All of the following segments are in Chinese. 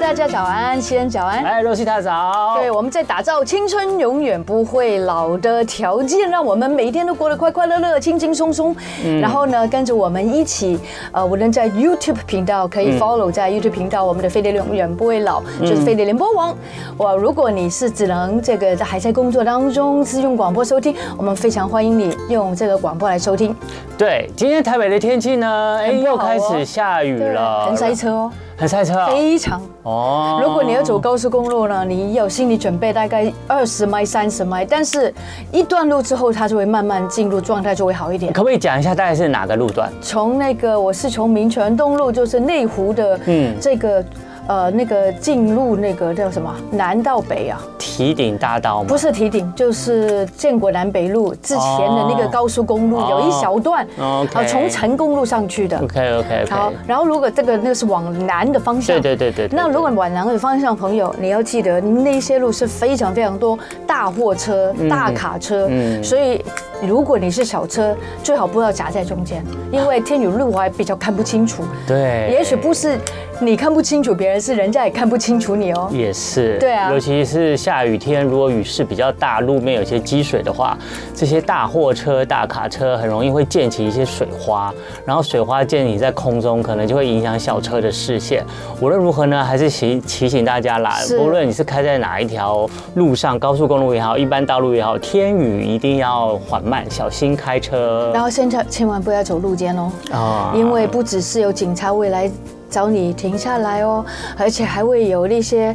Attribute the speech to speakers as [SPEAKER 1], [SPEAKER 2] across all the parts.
[SPEAKER 1] 大家早安，西安早 安。
[SPEAKER 2] 哎，若曦大早。
[SPEAKER 1] 对，我们在打造青春永远不会老的条件，让我们每天都过得快快乐乐、轻轻松松。然后呢，跟着我们一起，呃，无论在 YouTube 频道可以 follow 在 YouTube 频道我们的飞碟永远不会老，就是飞碟联播网。哇，如果你是只能这个还在工作当中是用广播收听，我们非常欢迎你用这个广播来收听。
[SPEAKER 2] 对，今天台北的天气呢，哎，
[SPEAKER 1] 很不好
[SPEAKER 2] 又
[SPEAKER 1] 哦
[SPEAKER 2] 开始下雨了，
[SPEAKER 1] 很塞，车哦，
[SPEAKER 2] 很塞车啊。
[SPEAKER 1] 非常。
[SPEAKER 2] 哦
[SPEAKER 1] 如果你要走高速公路呢，你有心理准备，大概二十迈、三十迈，但是一段路之后，它就会慢慢进入状态，就会好一点。
[SPEAKER 2] 可不可以讲一下大概是哪个路段？
[SPEAKER 1] 从那个我是从民权东路，就是内湖的，嗯
[SPEAKER 2] 嗯，
[SPEAKER 1] 这个呃那个进入那个叫什么南到北啊，
[SPEAKER 2] 提顶大道吗？
[SPEAKER 1] 不是提顶，就是建国南北路之前的那个
[SPEAKER 2] 哦
[SPEAKER 1] 高速公路
[SPEAKER 2] 哦
[SPEAKER 1] 有一小段，
[SPEAKER 2] OK
[SPEAKER 1] 呃从成功路上去的。
[SPEAKER 2] ，OK OK
[SPEAKER 1] 好
[SPEAKER 2] OK，，
[SPEAKER 1] 然后如果这个那个是往南的方向，
[SPEAKER 2] 对对对对对
[SPEAKER 1] 那如果往南的方向，朋友，你要记得那些路是非常非常多大货车、大卡车，
[SPEAKER 2] 嗯
[SPEAKER 1] 所以如果你是小车，最好不要夹在中间，因为天雨路滑比较看不清楚。
[SPEAKER 2] 对，
[SPEAKER 1] 也许不是你看不清楚别人，是人家也看不清楚你哦。
[SPEAKER 2] 也是，
[SPEAKER 1] 对啊
[SPEAKER 2] 尤其是下雨天，如果雨势比较大，路面有些积水的话，这些大货车、大卡车很容易会溅起一些水花，然后水花溅起在空中，可能就会影响小车的视线。无论如何呢，还是提提醒大家啦
[SPEAKER 1] 是，
[SPEAKER 2] 无论你是开在哪一条路上，高速公路也好，一般道路也好，天雨一定要缓慢，小心开车
[SPEAKER 1] 然后现在千万不要走路肩哦，
[SPEAKER 2] 啊
[SPEAKER 1] 因为不只是有警察会来找你停下来哦，而且还会有那些。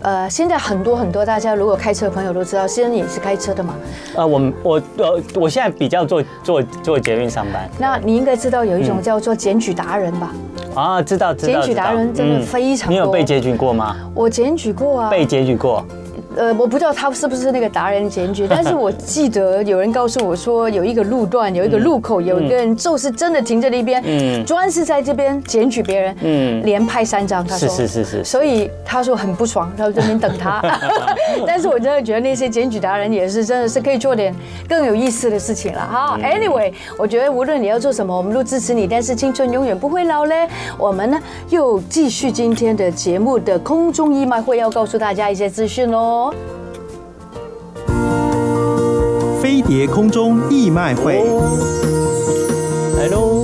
[SPEAKER 1] 呃，现在很多很多，大家如果开车的朋友都知道，现在你也是开车的嘛，
[SPEAKER 2] 呃，我们我呃，我现在比较坐坐坐捷运上班
[SPEAKER 1] 那你应该知道有一
[SPEAKER 2] 嗯
[SPEAKER 1] 种叫做检举达人吧？
[SPEAKER 2] 啊，知道知道。
[SPEAKER 1] 检举达
[SPEAKER 2] 知道
[SPEAKER 1] 人真的
[SPEAKER 2] 嗯
[SPEAKER 1] 非常多。
[SPEAKER 2] 你有被检举过吗？
[SPEAKER 1] 我检举过啊。
[SPEAKER 2] 被检举过，
[SPEAKER 1] 呃，我不知道他是不是那个达人检 举，但是我记得有人告诉我说，有一个路段，有一个路口，有一个人就是真的停在那边，
[SPEAKER 2] 嗯
[SPEAKER 1] 专是在这边检举别人，
[SPEAKER 2] 嗯
[SPEAKER 1] 连拍三张。他说
[SPEAKER 2] 是是是是，
[SPEAKER 1] 所以他说很不爽，他这边等 他。但是我真的觉得那些检举达人也是真的是可以做点更有意思的事情了
[SPEAKER 2] 嗯
[SPEAKER 1] 哈。Anyway，我觉得无论你要做什么，我们都支持你。但是青春永远不会老嘞。我们呢又继续今天的节目的空中义卖会，要告诉大家一些资讯哦喽。
[SPEAKER 3] 飞碟空中义卖会。
[SPEAKER 2] 来喽。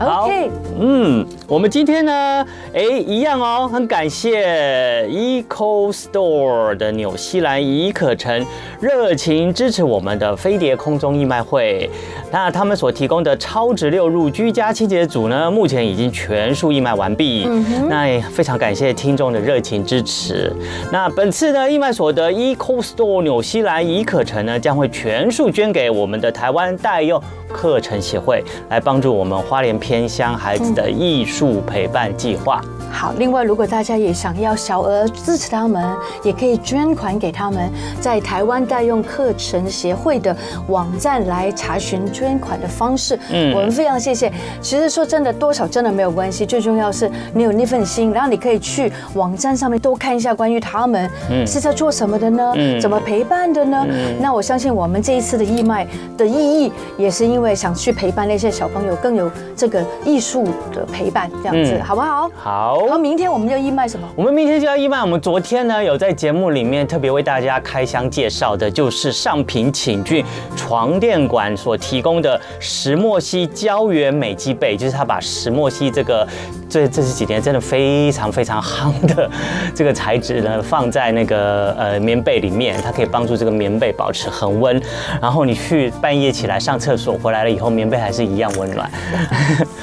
[SPEAKER 2] 好
[SPEAKER 1] OK，
[SPEAKER 2] 嗯，我们今天呢，哎，一样哦，很感谢 Eco Store 的纽西兰怡可城热情支持我们的飞碟空中义卖会。那他们所提供的超值六入居家清洁组呢，目前已经全数义卖完毕。那也非常感谢听众的热情支持。那本次呢，义卖所得 Eco Store 纽西兰怡可城呢，将会全数捐给我们的台湾代用课程协会，来帮助我们花莲偏乡孩子的艺术陪伴计划。
[SPEAKER 1] 好。另外，如果大家也想要小额支持他们，也可以捐款给他们，在台湾代用课程协会的网站来查询捐款的方式。嗯，
[SPEAKER 2] 嗯
[SPEAKER 1] 我们非常谢谢。其实说真的，多少真的没有关系，最重要是你有那份心，然后你可以去网站上面多看一下关于他们是在做什么的呢？
[SPEAKER 2] 嗯
[SPEAKER 1] 怎么陪伴的呢？那我相信我们这一次的义卖的意义，也是因为想去陪伴那些小朋友，更有这个艺术的陪伴，这样子
[SPEAKER 2] 嗯
[SPEAKER 1] 好不好？
[SPEAKER 2] 好
[SPEAKER 1] 然。后明天我们要义卖什么？
[SPEAKER 2] 我们明天就要义卖。我们昨天呢有在节目里面特别为大家开箱介绍的，就是上品寝具床垫馆所提供的石墨烯胶原美肌被，就是它把石墨烯这个这这是几年真的非常非常夯的这个材质呢，放在那个呃棉被里面，它可以帮助这个棉被保持恒温。然后你去半夜起来上厕所，回来了以后棉被还是一样温暖。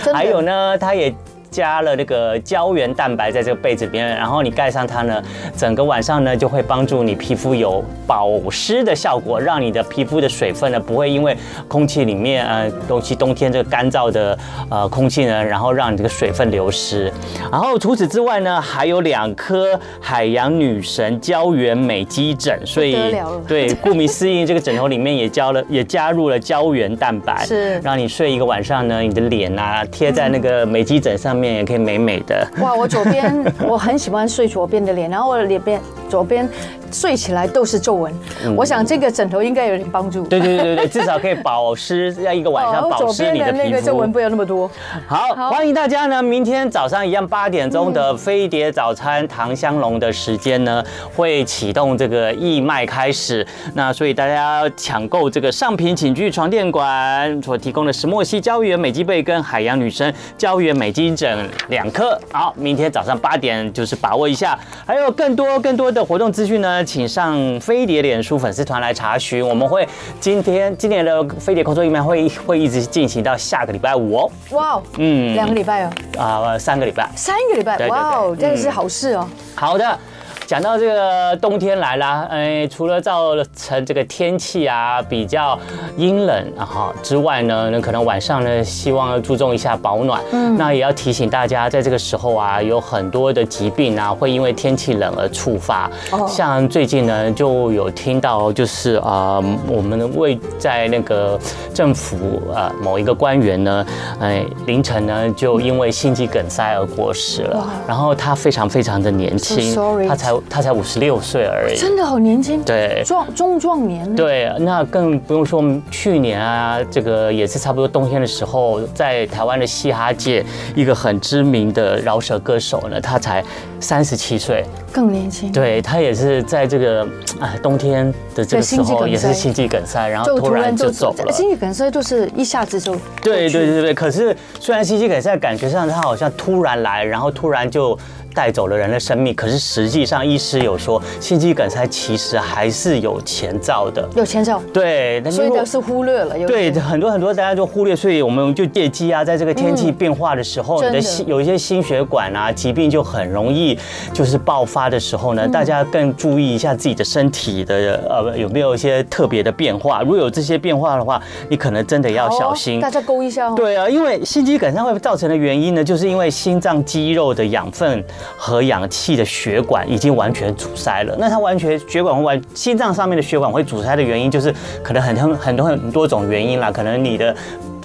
[SPEAKER 1] 真的
[SPEAKER 2] 还有呢，它也加了那个胶原蛋白在这个被子里面，然后你盖上它呢，整个晚上呢就会帮助你皮肤有保湿的效果，让你的皮肤的水分呢不会因为空气里面呃尤其冬天这个干燥的呃空气呢，然后让你这个水分流失。然后除此之外呢，还有两颗海洋女神胶原美肌枕，所以
[SPEAKER 1] 不得了了
[SPEAKER 2] 对，顾名思义，这个枕头里面也加了 也加入了胶原蛋白，
[SPEAKER 1] 是
[SPEAKER 2] 让你睡一个晚上呢，你的脸啊贴在那个美肌枕上面也可以美美 的。
[SPEAKER 1] 哇，我左边我很喜欢睡左边的脸，然后我的脸边左边睡起来都是皱纹，我想这个枕头应该有点帮助。
[SPEAKER 2] 嗯
[SPEAKER 1] 哦
[SPEAKER 2] 对对对对，至少可以保湿，要一个晚上保
[SPEAKER 1] 左
[SPEAKER 2] 湿
[SPEAKER 1] 边
[SPEAKER 2] 你
[SPEAKER 1] 的
[SPEAKER 2] 的
[SPEAKER 1] 那
[SPEAKER 2] 皮
[SPEAKER 1] 个皱纹
[SPEAKER 2] 肤。
[SPEAKER 1] 不要那么多。
[SPEAKER 2] 好，欢迎大家呢，明天早上一样八点钟的飞碟早餐唐香龙的时间呢，会启动这个义卖开始。那所以大家要抢购这个上品寝具床垫馆所提供的石墨烯胶原美肌被跟海洋女生胶原美肌枕两颗。好，明天早上八点就是把握一下。还有更多更多的活动资讯呢，请上飞碟脸书粉丝团来查询。我们会今天今年的飞碟工作义卖会会一直进行到下个礼拜五哦。
[SPEAKER 1] 哇，嗯，
[SPEAKER 2] 嗯
[SPEAKER 1] 两个礼拜哦，
[SPEAKER 2] 啊，三个礼拜。
[SPEAKER 1] 三个礼拜，
[SPEAKER 2] 对对对
[SPEAKER 1] 哇哦，这个是
[SPEAKER 2] 嗯
[SPEAKER 1] 好事哦。
[SPEAKER 2] 好的，讲到这个冬天来啦，哎，除了造成这个天气啊比较阴冷啊哈之外呢，那可能晚上呢希望要注重一下保暖。那也要提醒大家，在这个时候啊，有很多的疾病啊会因为天气冷而触发。
[SPEAKER 1] 哦
[SPEAKER 2] 像最近呢就有听到，就是啊、呃我们的为在那个政府呃某一个官员呢，哎、凌晨呢就因为心肌梗塞而过世了。然后他非常非常的年轻。
[SPEAKER 1] So Oh, sorry
[SPEAKER 2] 他才他才五十六岁而已。
[SPEAKER 1] 真的好年轻，
[SPEAKER 2] 对
[SPEAKER 1] 壮中壮年，，
[SPEAKER 2] 对，那更不用说去年啊，这个也是差不多冬天的时候，在台湾的嘻哈界，一个很知名的饶舌歌手呢，他才三十七岁，
[SPEAKER 1] 更年轻，，
[SPEAKER 2] 对他也是在这个啊冬天的这
[SPEAKER 1] 对
[SPEAKER 2] 个时
[SPEAKER 1] 心肌
[SPEAKER 2] 候
[SPEAKER 1] 梗
[SPEAKER 2] 也
[SPEAKER 1] 塞
[SPEAKER 2] 是心肌梗塞，然后突然就走了。
[SPEAKER 1] 心肌梗塞就是一下子就
[SPEAKER 2] 对对对对，可是虽然心肌梗塞感觉上它好像突然来，然后突然就带走了人的生命，可是实际上医师有说，心肌梗塞其实还是有前兆的。
[SPEAKER 1] 有前兆，
[SPEAKER 2] 对，那
[SPEAKER 1] 所以
[SPEAKER 2] 如果
[SPEAKER 1] 呢是忽略了，有
[SPEAKER 2] 对
[SPEAKER 1] 些
[SPEAKER 2] 很多很多大家就忽略，所以我们就借机啊，在这个天气变化的时候，
[SPEAKER 1] 真
[SPEAKER 2] 你
[SPEAKER 1] 的
[SPEAKER 2] 的心有一些心血管啊疾病就很容易就是爆发的时候
[SPEAKER 1] 嗯
[SPEAKER 2] 呢，大家更注意一下自己的身体的呃有没有一些特别的变化，如果有这些变化的话，你可能真的要
[SPEAKER 1] 好哦
[SPEAKER 2] 小心。
[SPEAKER 1] 大家勾一下哦，，
[SPEAKER 2] 对啊，因为心肌梗塞会造成的原因呢，就是因为心脏肌肉的养分和氧气的血管已经完全阻塞了。那它完全血管会完，心脏上面的血管会阻塞的原因，就是可能很多很多很多种原因啦，可能你的。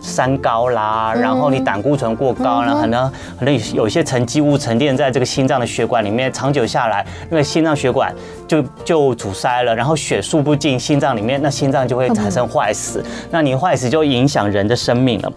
[SPEAKER 2] 三高啦，然后你胆固醇过高，然后可能可能有有一些沉积物沉淀在这个心脏的血管里面，长久下来，那个心脏血管就就阻塞了，然后血输不进心脏里面，那心脏就会产生坏死，那你坏死就影响人的生命了。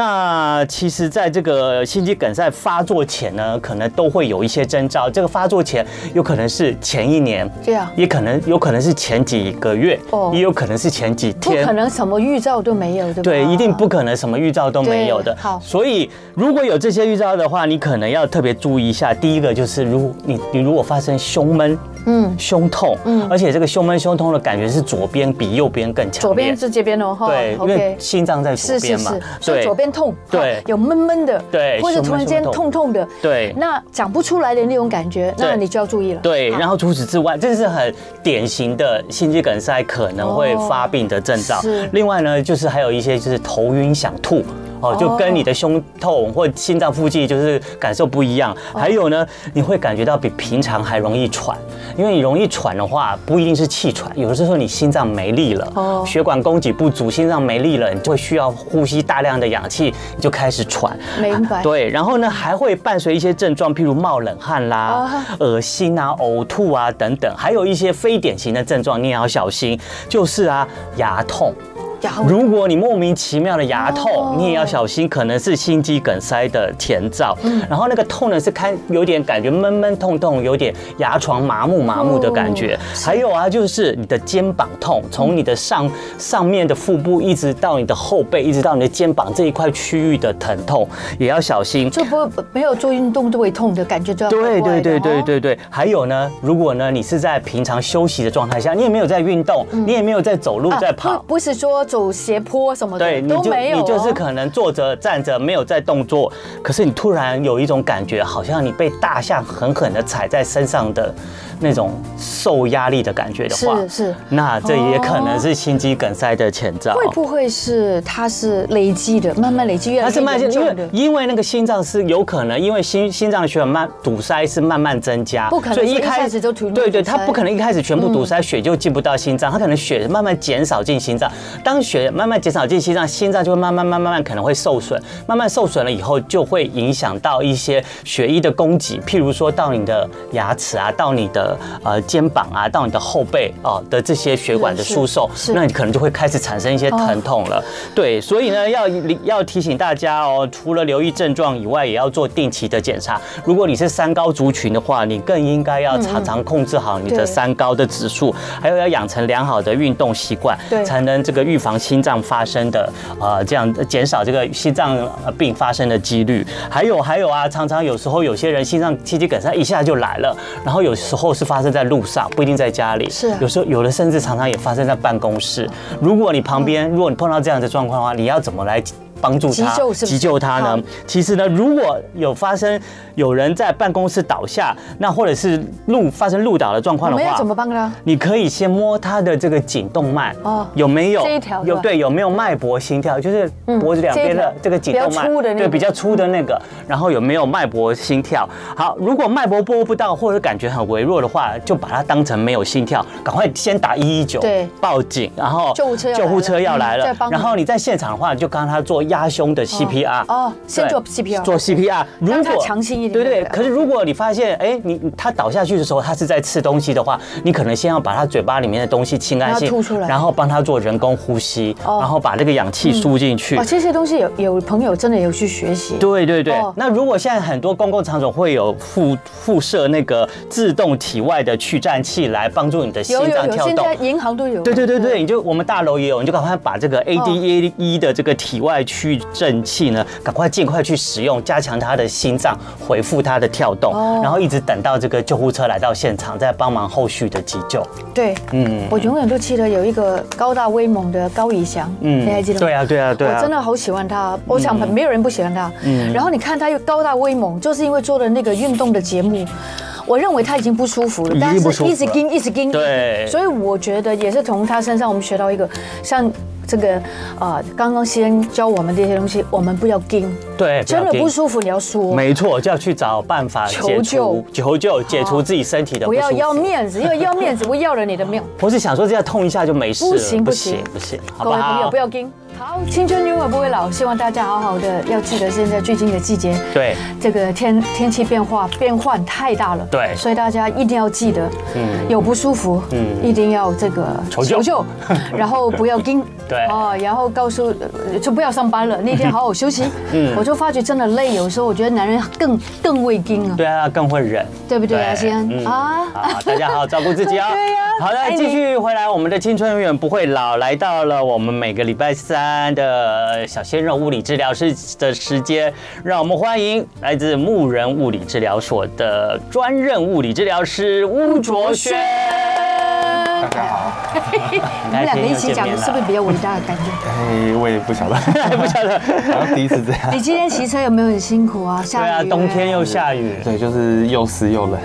[SPEAKER 2] 那其实，在这个心肌梗塞发作前呢，可能都会有一些征兆。这个发作前有可能是前一年，
[SPEAKER 1] 这样
[SPEAKER 2] 也可能有可能是前几个月，
[SPEAKER 1] 哦
[SPEAKER 2] 也有可能是前几
[SPEAKER 1] 不
[SPEAKER 2] 天
[SPEAKER 1] 可。能什么预兆都没有，对吧？
[SPEAKER 2] 对，一定不可能什么预兆都没有的
[SPEAKER 1] 对。好
[SPEAKER 2] 所以如果有这些预兆的话，你可能要特别注意一下。第一个就是，如你你如果发生胸闷、
[SPEAKER 1] 嗯，
[SPEAKER 2] 胸痛，而且这个胸闷胸痛的感觉是左边比右边更强烈，
[SPEAKER 1] 左边是这边哦，哈
[SPEAKER 2] 对，因为
[SPEAKER 1] ，OK。
[SPEAKER 2] 心脏在左
[SPEAKER 1] 是
[SPEAKER 2] 边
[SPEAKER 1] 是
[SPEAKER 2] 嘛
[SPEAKER 1] 是，，所以左边痛，
[SPEAKER 2] 对
[SPEAKER 1] 哈有闷闷的，
[SPEAKER 2] 对
[SPEAKER 1] 或者突然间
[SPEAKER 2] 胸闷胸
[SPEAKER 1] 痛
[SPEAKER 2] 痛
[SPEAKER 1] 痛的，
[SPEAKER 2] 对
[SPEAKER 1] 那讲不出来的那种感觉，那
[SPEAKER 2] 对
[SPEAKER 1] 你就要注意了。
[SPEAKER 2] 对，
[SPEAKER 1] 好
[SPEAKER 2] 然后除此之外，这是很典型的心肌梗塞可能会发病的征兆
[SPEAKER 1] 哦是。
[SPEAKER 2] 另外呢，就是还有一些就是头晕想吐。哦，就跟你的胸痛或心脏附近就是感受不一样，
[SPEAKER 1] 哦
[SPEAKER 2] 还有呢，你会感觉到比平常还容易喘，因为你容易喘的话，不一定是气喘，有的时候你心脏没力
[SPEAKER 1] 哦
[SPEAKER 2] 了，血管供给不足，心脏没力了，你就会需要呼吸大量的氧气，你就开始喘。
[SPEAKER 1] 明白
[SPEAKER 2] 对，然后呢，还会伴随一些症状，譬如冒冷汗啦，
[SPEAKER 1] 啊
[SPEAKER 2] 恶心啊、呕吐啊等等，还有一些非典型的症状，你也要小心。就是啊，牙痛。
[SPEAKER 1] 然后
[SPEAKER 2] 如果你莫名其妙的牙痛，
[SPEAKER 1] 哦
[SPEAKER 2] 你也要小心，可能是心肌梗塞的前兆。
[SPEAKER 1] 嗯
[SPEAKER 2] 然后那个痛呢是看有点感觉闷闷痛痛，有点牙床麻木麻木的感
[SPEAKER 1] 哦
[SPEAKER 2] 觉。还有啊，就是你的肩膀痛，从你的上上面的腹部一直到你的后背，一直到你的肩膀这一块区域的疼痛，也要小心。
[SPEAKER 1] 就不会没有做运动都会痛的感觉，就要
[SPEAKER 2] 对
[SPEAKER 1] 怪
[SPEAKER 2] 对
[SPEAKER 1] 怪的
[SPEAKER 2] 对对
[SPEAKER 1] 哦
[SPEAKER 2] 对对，还有呢，如果呢你是在平常休息的状态下，你也没有在运动，你也没有在走路
[SPEAKER 1] 啊
[SPEAKER 2] 在跑
[SPEAKER 1] 不，不是说走斜坡什么的，
[SPEAKER 2] 对，你
[SPEAKER 1] 都
[SPEAKER 2] 就
[SPEAKER 1] 没有、哦，
[SPEAKER 2] 你就是可能坐着站着没有在动作，可是你突然有一种感觉，好像你被大象狠狠的踩在身上的那种受压力的感觉的话
[SPEAKER 1] 是，是。
[SPEAKER 2] 那这也可能是心肌梗塞的前兆。
[SPEAKER 1] 会不会是它是累积的，慢慢累积越来
[SPEAKER 2] 它是慢
[SPEAKER 1] 越
[SPEAKER 2] 性，
[SPEAKER 1] 严
[SPEAKER 2] 因
[SPEAKER 1] 重
[SPEAKER 2] 为
[SPEAKER 1] 的？
[SPEAKER 2] 因为那个心脏是有可能，因为心心脏的血管慢堵塞是慢慢增加，
[SPEAKER 1] 不可能
[SPEAKER 2] 所以
[SPEAKER 1] 说一开
[SPEAKER 2] 开
[SPEAKER 1] 始就全部
[SPEAKER 2] 对对，
[SPEAKER 1] 堵塞嗯
[SPEAKER 2] 它不可能一开始全部堵塞，血就进不到心脏，它可能血慢慢减少进心脏。当当血慢慢减少进心脏，心脏就会慢慢慢慢慢慢可能会受损，慢慢受损了以后就会影响到一些血液的供给，譬如说到你的牙齿啊，到你的呃肩膀啊，到你的后背啊、的这些血管的
[SPEAKER 1] 是
[SPEAKER 2] 疏受，
[SPEAKER 1] 是
[SPEAKER 2] 那你可能就会开始产生一些
[SPEAKER 1] 哦
[SPEAKER 2] 疼痛了。对，所以呢，要要提醒大家哦，除了留意症状以外，也要做定期的检查。如果你是三高族群的话，你更应该要常常控制好你
[SPEAKER 1] 嗯对
[SPEAKER 2] 的三高的指数，还有要养成良好的运动习惯
[SPEAKER 1] 对，
[SPEAKER 2] 才能这个预防心脏发生的呃这样减少这个心脏呃病发生的几率。还有还有啊，常常有时候有些人心脏心肌梗塞一下就来了，然后有时候是发生在路上，不一定在家里。
[SPEAKER 1] 是啊
[SPEAKER 2] 有时候有的甚至常常也发生在办公室。如果你旁边，如果你碰到这样的状况的话，你要怎么来帮
[SPEAKER 1] 嗯
[SPEAKER 2] 助他
[SPEAKER 1] 急救是不是
[SPEAKER 2] 急救他
[SPEAKER 1] 好
[SPEAKER 2] 呢？其实呢，如果有发生有人在办公室倒下，那或者是路发生路倒的状况
[SPEAKER 1] 我
[SPEAKER 2] 的
[SPEAKER 1] 们要
[SPEAKER 2] 话
[SPEAKER 1] 怎，么帮他？
[SPEAKER 2] 你可以先摸他的这个颈动脉
[SPEAKER 1] 哦
[SPEAKER 2] 有没有
[SPEAKER 1] 这一条
[SPEAKER 2] 有
[SPEAKER 1] 是吧嗯
[SPEAKER 2] 对有没有脉搏心跳，就是脖子两边的
[SPEAKER 1] 这
[SPEAKER 2] 这
[SPEAKER 1] 一条
[SPEAKER 2] 个颈动
[SPEAKER 1] 比较粗的
[SPEAKER 2] 脉
[SPEAKER 1] 那个
[SPEAKER 2] 对比较粗的那个，然后有没有脉搏心跳？好，如果脉搏拨不到或者感觉很微弱的话，就把它当成没有心跳，赶快先打一一九
[SPEAKER 1] 对
[SPEAKER 2] 报警，然后
[SPEAKER 1] 救护车要来了
[SPEAKER 2] 救护车要来
[SPEAKER 1] 嗯再
[SPEAKER 2] 了
[SPEAKER 1] 帮，你
[SPEAKER 2] 然后你在现场的话就帮他做压胸的 CPR
[SPEAKER 1] 哦先
[SPEAKER 2] 对
[SPEAKER 1] 做 CPR
[SPEAKER 2] 做 CPR，如
[SPEAKER 1] 让
[SPEAKER 2] 果
[SPEAKER 1] 他强心一点
[SPEAKER 2] 对
[SPEAKER 1] 对
[SPEAKER 2] 对，
[SPEAKER 1] 不对
[SPEAKER 2] 可是如果你发现，哎，你你他倒下去的时候，他是在吃东西的话，你可能先要把他嘴巴里面的东西清干
[SPEAKER 1] 让他
[SPEAKER 2] 净，
[SPEAKER 1] 吐出来
[SPEAKER 2] 然后帮他做人工呼吸，
[SPEAKER 1] 哦
[SPEAKER 2] 然后把那个氧气输进去
[SPEAKER 1] 哦，。这些东西有有朋友真的有去学习，
[SPEAKER 2] 对对对
[SPEAKER 1] 哦，
[SPEAKER 2] 那如果现在很多公共场所会有附附设那个自动体外的去颤器来帮助你的心
[SPEAKER 1] 有有
[SPEAKER 2] 脏
[SPEAKER 1] 有，
[SPEAKER 2] 跳
[SPEAKER 1] 现
[SPEAKER 2] 动
[SPEAKER 1] 在。银行都有。
[SPEAKER 2] 对对对对，你就我们大楼也有，你就赶快把这
[SPEAKER 1] 哦
[SPEAKER 2] 个 ADE 一 E 的这个体外去震器呢，赶快尽快去使用，加强它的心脏，恢复它的跳动
[SPEAKER 1] 哦，
[SPEAKER 2] 然后一直等到这个救护车来到现场，再帮忙后续的急救。
[SPEAKER 1] 对，嗯，我永远都记得有一个高大威猛的高以翔，嗯，你还记得吗？
[SPEAKER 2] 对啊对啊对啊
[SPEAKER 1] 我真的好喜欢他，我想没有人不喜欢他。嗯，然后你看他又高大威猛，就是因为做了那个运动的节目。我认为他已经不舒服了，
[SPEAKER 2] 已
[SPEAKER 1] 但
[SPEAKER 2] 经不
[SPEAKER 1] 是
[SPEAKER 2] 舒服了
[SPEAKER 1] 一直跟一直跟，
[SPEAKER 2] 对
[SPEAKER 1] 所以我觉得也是从他身上我们学到一个，像这个呃，刚刚先教我们这些东西，我们不要跟，
[SPEAKER 2] 对，啊
[SPEAKER 1] 真的
[SPEAKER 2] 要
[SPEAKER 1] 不
[SPEAKER 2] 紧
[SPEAKER 1] 舒服你要说，
[SPEAKER 2] 没错，就要去找办法
[SPEAKER 1] 求哦
[SPEAKER 2] 解除求救，解除自己身体的
[SPEAKER 1] 不
[SPEAKER 2] 不舒
[SPEAKER 1] 要
[SPEAKER 2] 服。
[SPEAKER 1] 要面子，因为要面子会要了你的命。
[SPEAKER 2] 不是想说这样痛一下就没事了，
[SPEAKER 1] 不行不
[SPEAKER 2] 不
[SPEAKER 1] 行
[SPEAKER 2] 行不行， 好
[SPEAKER 1] 各
[SPEAKER 2] 不
[SPEAKER 1] 位朋友
[SPEAKER 2] 好
[SPEAKER 1] 不？要惊。好，青春永远不会老，希望大家好好的，要记得现在最近的季节，
[SPEAKER 2] 对，
[SPEAKER 1] 这个天天气变化变换太大了，
[SPEAKER 2] 对嗯
[SPEAKER 1] 所以大家一定要记得，有不舒服，一定要这个
[SPEAKER 2] 求救
[SPEAKER 1] 然后不要惊，
[SPEAKER 2] 对
[SPEAKER 1] 哦，然后告诉呃就不要上班了，那天好好休息，
[SPEAKER 2] 嗯
[SPEAKER 1] 我就发觉真的累，有时候我觉得男人更更会惊啊，
[SPEAKER 2] 对啊，更会忍。
[SPEAKER 1] 对不对啊，先
[SPEAKER 2] 嗯
[SPEAKER 1] 啊，。
[SPEAKER 2] 好，大家好好照顾自己哦
[SPEAKER 1] 对呀
[SPEAKER 2] 好
[SPEAKER 1] 爱
[SPEAKER 2] 的，
[SPEAKER 1] 你
[SPEAKER 2] 继续回来，我们的青春永远不会老，来到了我们每个礼拜三的小鲜肉物理治疗师的时间，让我们欢迎来自牧人物理治疗所的专任物理治疗师巫卓轩。
[SPEAKER 1] 大家好，你们两个一起讲是不是比较伟大的感觉？
[SPEAKER 4] 哎，我也不 晓得，
[SPEAKER 2] 不晓得，
[SPEAKER 4] 好像第一次这样。
[SPEAKER 1] 你哎今天骑车有没有很辛苦啊？下
[SPEAKER 2] 对啊，
[SPEAKER 1] 雨
[SPEAKER 2] 冬天又下雨。
[SPEAKER 4] 对，就是又湿又冷。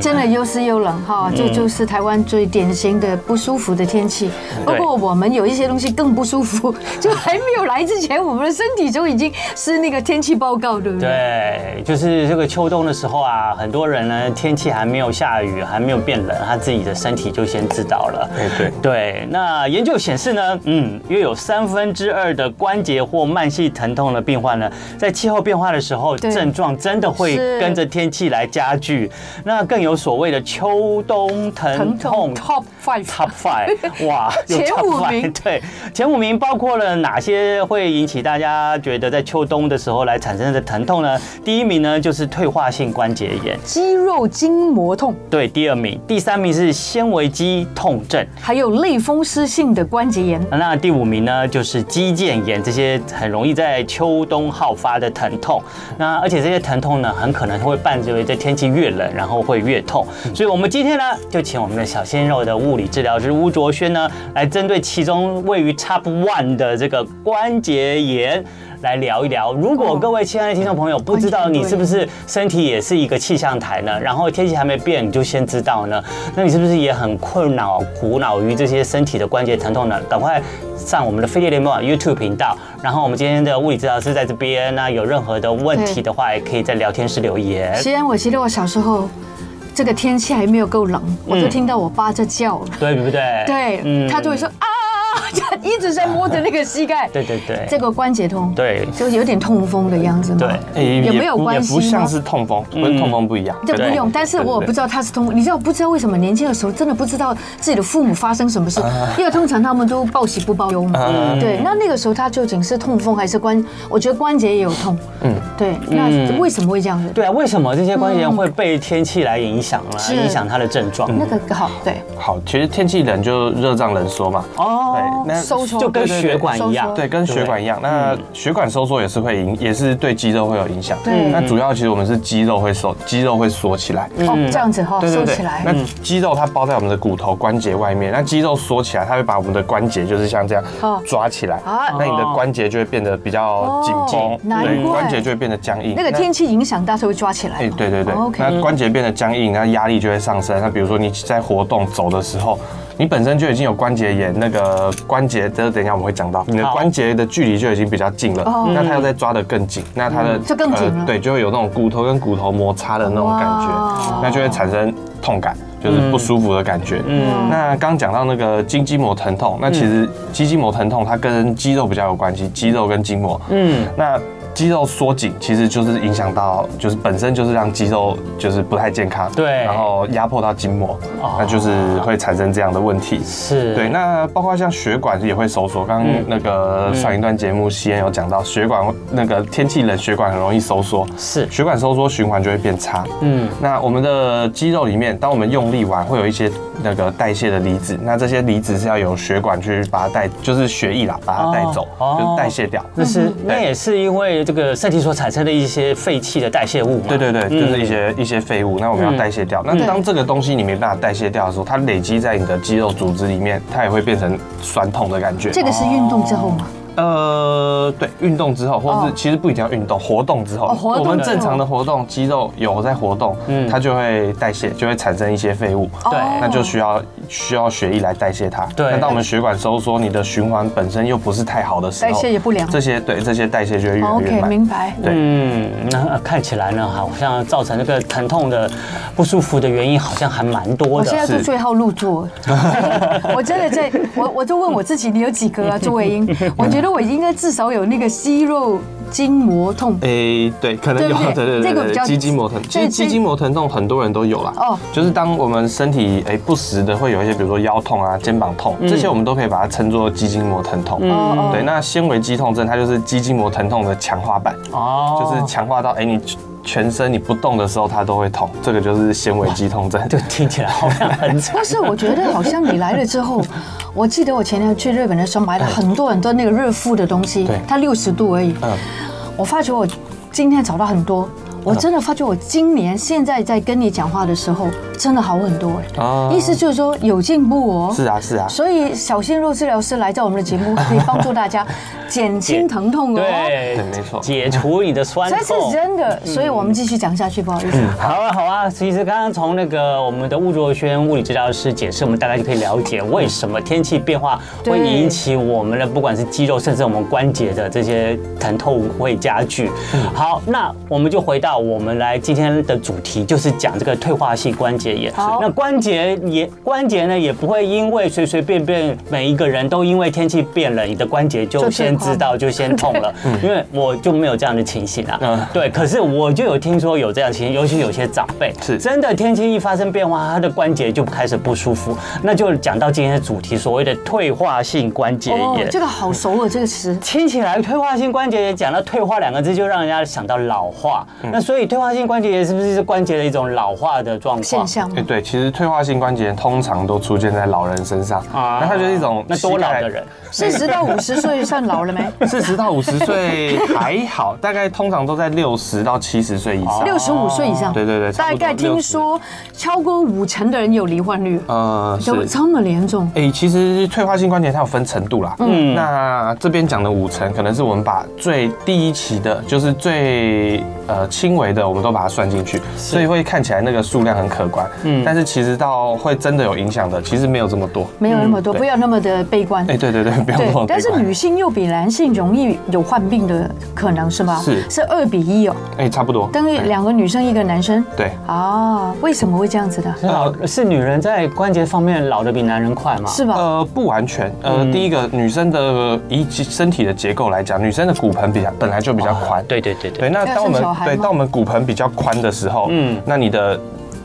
[SPEAKER 1] 真的又湿又冷哈，
[SPEAKER 2] 嗯
[SPEAKER 1] 这就是台湾最典型的不舒服的天气。不
[SPEAKER 2] 对
[SPEAKER 1] 过我们有一些东西更不舒服，就还没有来之前，我们的身体就已经是那个天气报告，对不对？
[SPEAKER 2] 对，就是这个秋冬的时候啊，很多人呢天气还没有下雨，还没有变冷，他自己的身体就先知道了。
[SPEAKER 4] 哎，对，
[SPEAKER 2] 对，那研究显示呢，嗯，约有三分之二的关节或慢性疼痛的病患呢，在气候变化的时候，
[SPEAKER 1] 对
[SPEAKER 2] 症状真的会
[SPEAKER 1] 是
[SPEAKER 2] 跟着天气来加剧。那更有所谓的秋冬疼
[SPEAKER 1] 疼痛 top
[SPEAKER 2] 痛
[SPEAKER 1] five
[SPEAKER 2] Top Five，哇， 有
[SPEAKER 1] 前
[SPEAKER 2] top
[SPEAKER 1] 五
[SPEAKER 2] five，
[SPEAKER 1] 名
[SPEAKER 2] 对，前五名包括了哪些会引起大家觉得在秋冬的时候来产生的疼痛呢？第一名呢就是退化性关节炎，
[SPEAKER 1] 肌肉筋膜痛，
[SPEAKER 2] 对，第二名，第三名是纤维肌痛症。
[SPEAKER 1] 还有类风湿性的关节炎。
[SPEAKER 2] 那第五名呢，就是肌腱炎，这些很容易在秋冬好发的疼痛。那而且这些疼痛呢，很可能会伴随着天气越冷，然后会越痛。
[SPEAKER 1] 嗯
[SPEAKER 2] 所以我们今天呢，就请我们的小鲜肉的物理治疗师巫卓轩呢，来针对其中位于 Top One 的这个关节炎。来聊一聊，如
[SPEAKER 1] 哦
[SPEAKER 2] 果各位亲爱的听众朋友不知道
[SPEAKER 1] 完全
[SPEAKER 2] 你
[SPEAKER 1] 对
[SPEAKER 2] 是不是身体也是一个气象台呢，然后天气还没变你就先知道呢，那你是不是也很困扰、苦恼于这些身体的关节疼痛呢？赶快上我们的飞碟联盟网啊 YouTube 频道，然后我们今天的物理治疗师在这边，那有任何的问题的话，也可以在聊天室留言。
[SPEAKER 1] 虽然我记得我小时候，这个
[SPEAKER 2] 嗯
[SPEAKER 1] 天气还没有够冷，我就听到我爸在叫了。
[SPEAKER 2] 对不对？嗯
[SPEAKER 4] 嗯
[SPEAKER 1] 对，他就会说啊，一直在摸着那个膝 盖，
[SPEAKER 2] 对对对
[SPEAKER 1] 这个关节痛，，
[SPEAKER 2] 对
[SPEAKER 1] 就有点痛风的样子嘛，
[SPEAKER 2] 对
[SPEAKER 4] 诶
[SPEAKER 1] 有
[SPEAKER 4] 也
[SPEAKER 1] 没有
[SPEAKER 4] 不
[SPEAKER 1] 关
[SPEAKER 4] 也不
[SPEAKER 1] 系吗
[SPEAKER 4] 像？是痛风，跟痛风不一样。
[SPEAKER 1] 这
[SPEAKER 4] 对
[SPEAKER 1] 不用，但是我不知。道他是痛风，你知道不知道为什么年轻的时候真的不知道自己的父母发生什么事，
[SPEAKER 4] 啊
[SPEAKER 1] 因为通常他们都报喜不报忧嘛。对，那那个时候他究竟是痛风还是关？我觉得关节也有痛。嗯，对，
[SPEAKER 4] 嗯
[SPEAKER 1] 那为什么会这样子？
[SPEAKER 2] 对啊，为什么这些关节炎会被天气来影响呢？
[SPEAKER 1] 嗯是
[SPEAKER 2] 影响它的症状
[SPEAKER 1] 那个好，对，
[SPEAKER 4] 对好，其实天气冷就热胀冷缩嘛。
[SPEAKER 2] 哦
[SPEAKER 4] 呃对，那
[SPEAKER 1] 收缩
[SPEAKER 2] 就跟血管一样
[SPEAKER 1] 收缩
[SPEAKER 4] 对，跟血管一样，那血管收缩也是会影，也是对肌肉会有影响。
[SPEAKER 1] 对
[SPEAKER 4] 那主要其实我们是肌肉会收，肌肉会缩起来。
[SPEAKER 1] 哦，这样子哈，
[SPEAKER 4] 对
[SPEAKER 1] 收
[SPEAKER 4] 对
[SPEAKER 1] 起
[SPEAKER 4] 对，
[SPEAKER 1] 来
[SPEAKER 4] 那。肌肉它包在我们的骨头关节外面，那肌肉缩起来，它会把我们的关节就是像这样
[SPEAKER 1] 哦
[SPEAKER 4] 抓起来
[SPEAKER 1] 啊，
[SPEAKER 4] 那你的关节就会变得比较紧
[SPEAKER 1] 哦
[SPEAKER 4] 绷，
[SPEAKER 1] 难
[SPEAKER 4] 对，
[SPEAKER 1] 怪
[SPEAKER 4] 关节就会变得僵硬。
[SPEAKER 1] 那个天气影响大，时候会抓起来
[SPEAKER 4] 哎，
[SPEAKER 1] 嘛。
[SPEAKER 4] 对对对
[SPEAKER 1] 哦，，OK，
[SPEAKER 4] 那关节变得僵硬，那压力就会上升。那比如说你在活动走的时候，你本身就已经有关节炎，那个关节，这等一下我们会讲到，你的
[SPEAKER 2] 好
[SPEAKER 4] 关节的距离就已经比较近了
[SPEAKER 1] 哦，嗯
[SPEAKER 4] 那它又再抓得更紧，那它的呃
[SPEAKER 1] 就更紧了
[SPEAKER 4] 对，就会有那种骨头跟骨头摩擦的那种感
[SPEAKER 1] 哇
[SPEAKER 4] 觉，那就会产生痛感，就是不舒服的感觉。
[SPEAKER 2] 嗯
[SPEAKER 4] 那刚讲到那个筋筋膜疼痛，那
[SPEAKER 1] 嗯
[SPEAKER 4] 其实肌筋膜疼痛它跟肌肉比较有关系，肌肉跟筋膜，
[SPEAKER 2] 嗯，
[SPEAKER 4] 那肌肉缩紧其实就是影响到，就是本身就是让肌肉就是不太健康，
[SPEAKER 2] 对
[SPEAKER 4] 然后压迫到筋膜，
[SPEAKER 2] 哦
[SPEAKER 4] 那就是会产生这样的问题。
[SPEAKER 2] 是，嗯
[SPEAKER 4] 对，那包括像血管也会收缩。刚刚那个上一段节目西恩有讲到，血管那个天气冷，血管很容易收缩，
[SPEAKER 2] 是，
[SPEAKER 4] 血管收缩循环就会变差。
[SPEAKER 2] 嗯
[SPEAKER 4] 那我们的肌肉里面，当我们用力完，会有一些那个代谢的离子，那这些离子是要由血管去把它带，就是血液啦，把它带走，
[SPEAKER 2] 哦
[SPEAKER 4] 就是代谢掉。
[SPEAKER 2] 那是那也是因为这个身体所产生的一些废气的代谢物嘛。嗯
[SPEAKER 4] 对对
[SPEAKER 1] 嗯
[SPEAKER 4] 对，就是一些、一些废物，那我们要代谢掉。那当这个东西你没办法代谢掉的时候，它累积在你的肌肉组织里面，它也会变成酸痛的感觉。哦
[SPEAKER 1] 这个是运动之后嘛？
[SPEAKER 4] 呃，对，运动之后，或
[SPEAKER 1] 哦
[SPEAKER 4] 是其实不一定要运动，活动之后，
[SPEAKER 1] 哦活动
[SPEAKER 4] 我们
[SPEAKER 1] 之后
[SPEAKER 4] 正常的活动，肌肉有在活动，
[SPEAKER 2] 嗯
[SPEAKER 4] 它就会代谢，就会产生一些废物。
[SPEAKER 2] 对
[SPEAKER 1] 哦
[SPEAKER 4] 那就需要需要血液来代谢它。
[SPEAKER 2] 对
[SPEAKER 4] 那当我们血管收缩，你的循环本身又不是太好的时候，
[SPEAKER 1] 代谢也不良
[SPEAKER 4] 这些对这些代谢就会越来越
[SPEAKER 1] 哦 OK，
[SPEAKER 4] 慢。
[SPEAKER 1] 明白。
[SPEAKER 2] 嗯，那看起来呢，好像造成这个疼痛的不舒服的原因好像还蛮多
[SPEAKER 1] 我哦
[SPEAKER 2] 的。
[SPEAKER 1] 现在都
[SPEAKER 2] 是
[SPEAKER 1] 最好入座， 我真的在，我我就问我自己，你有几个啊？周伟英，我觉得我应该至少有那个肌肉筋膜痛。
[SPEAKER 4] 诶、对，可能有，
[SPEAKER 1] 对不
[SPEAKER 4] 对
[SPEAKER 1] 对这
[SPEAKER 4] 对对
[SPEAKER 1] 个比
[SPEAKER 4] 对
[SPEAKER 1] 较
[SPEAKER 4] 对，肌筋膜疼，其
[SPEAKER 1] 对
[SPEAKER 4] 实肌筋膜疼痛很多人都有啦。
[SPEAKER 1] 哦
[SPEAKER 4] 哦，就是当我们身体诶、不时的会有一些，比如说腰痛啊、肩膀痛，
[SPEAKER 2] 嗯
[SPEAKER 4] 这些我们都可以把它称作肌筋膜疼痛。
[SPEAKER 1] 哦
[SPEAKER 4] 对，那纤维肌痛症它就是肌筋膜疼痛的强化版，
[SPEAKER 2] 哦
[SPEAKER 4] 就是强化到诶、你全身你不动的时候它都会痛，这个就是纤维肌痛症。
[SPEAKER 2] 就听起来好像很惨。
[SPEAKER 1] 但是我觉得好像你来了之后， 我记得我前天去日本的时候买了很多很多那个热敷的东西
[SPEAKER 4] 对，
[SPEAKER 1] 它六十度而已。
[SPEAKER 4] 嗯
[SPEAKER 1] 我发觉我今天找到很多，我真的发觉我今年现在在跟你讲话的时候，真的好很多
[SPEAKER 4] 哦
[SPEAKER 1] 哎。意思就是说有进步哦。
[SPEAKER 4] 是啊，是啊。
[SPEAKER 1] 所以小鲜肉治疗师来到我们的节 目，可以帮助大家减轻疼痛 哦。
[SPEAKER 2] 对
[SPEAKER 4] 对没错
[SPEAKER 2] 解除你的酸
[SPEAKER 1] 这是
[SPEAKER 2] 痛。
[SPEAKER 1] 真的，所以我们继续讲下去，不好意思。
[SPEAKER 4] 嗯
[SPEAKER 2] 好啊，好啊。其实刚刚从那个我们的吴卓轩物理治疗师解释，我们大概就可以了解为什么天气变化
[SPEAKER 1] 对
[SPEAKER 2] 会引起我们的不管是肌肉，甚至我们关节的这些疼痛会加剧。
[SPEAKER 1] 嗯
[SPEAKER 2] 好，那我们就回到我们来今天的主题，就是讲这个退化性关节炎。
[SPEAKER 1] 好
[SPEAKER 2] 那关节也关节呢，也不会因为随随便便每一个人都因为天气变冷，你的关节
[SPEAKER 1] 就
[SPEAKER 2] 就
[SPEAKER 1] 退
[SPEAKER 2] 先
[SPEAKER 1] 化
[SPEAKER 2] 知道就先痛了，因为我就没有这样的情形啊。
[SPEAKER 4] 嗯
[SPEAKER 2] 对，可是我就有听说有这样情形，尤其有些长辈
[SPEAKER 4] 是
[SPEAKER 2] 真的天气一发生变化，他的关节就开始不舒服。那就讲到今天的主题，所谓的退化性关节
[SPEAKER 1] 哦
[SPEAKER 2] 炎，
[SPEAKER 1] 这。个好熟哦，这个词。
[SPEAKER 2] 听起来退化性关节炎讲到退化两个字，就让人家想到老化。那所以退化性关节炎是不是是关节的一种老化的状况？
[SPEAKER 1] 现象
[SPEAKER 4] 哎、对，其实退化性关节炎通常都出现在老人身上
[SPEAKER 2] 啊
[SPEAKER 4] 啊，那它就是一种
[SPEAKER 2] 那多老的人，
[SPEAKER 1] 四十到五十岁算老了 没？
[SPEAKER 4] 四十到五十岁还好，大概通常都在六十到七十岁以上。
[SPEAKER 1] 六十五岁以上，
[SPEAKER 4] 对对对差
[SPEAKER 1] 大
[SPEAKER 4] 不多
[SPEAKER 1] 概听
[SPEAKER 4] 60
[SPEAKER 1] 说超过五成的人有罹患率，
[SPEAKER 4] 呃，是
[SPEAKER 1] 有。这么严重？
[SPEAKER 4] 哎、其实退化性关节它有分程度啦。嗯，那这边讲的五成，可能是我们把最第一期的，就是最呃轻轻微的我们都把它算进去，所以会看起来那个数量很可观。嗯，但是其实到会真的有影响的，其实没有这么多。
[SPEAKER 1] 没有那么多，
[SPEAKER 4] 对
[SPEAKER 1] 不要那么的悲观。
[SPEAKER 4] 嗯哎，对对对，不要那么悲观。
[SPEAKER 1] 但是女性又比男性容易有患病的可能是吗？
[SPEAKER 4] 是
[SPEAKER 1] 是二比一哦，
[SPEAKER 4] 哎，差不多
[SPEAKER 1] 等于
[SPEAKER 4] 对
[SPEAKER 1] 两个女生一个男生。
[SPEAKER 4] 对。
[SPEAKER 1] 啊，为什么会这样子的？
[SPEAKER 2] 老是女人在关节方面老的比男人快嘛？
[SPEAKER 1] 是吧？
[SPEAKER 4] 呃，不完全。呃，
[SPEAKER 2] 嗯
[SPEAKER 4] 第一个，女生的以及身体的结构来讲，女生的骨盆比较本来就比较宽、
[SPEAKER 2] 对对对对
[SPEAKER 4] 对，，那
[SPEAKER 1] 要
[SPEAKER 4] 当我
[SPEAKER 1] 生
[SPEAKER 4] 们
[SPEAKER 1] 小孩
[SPEAKER 4] 对
[SPEAKER 1] 吗
[SPEAKER 4] 当我们骨盆比较宽的时候，
[SPEAKER 2] 嗯
[SPEAKER 4] 嗯，那你的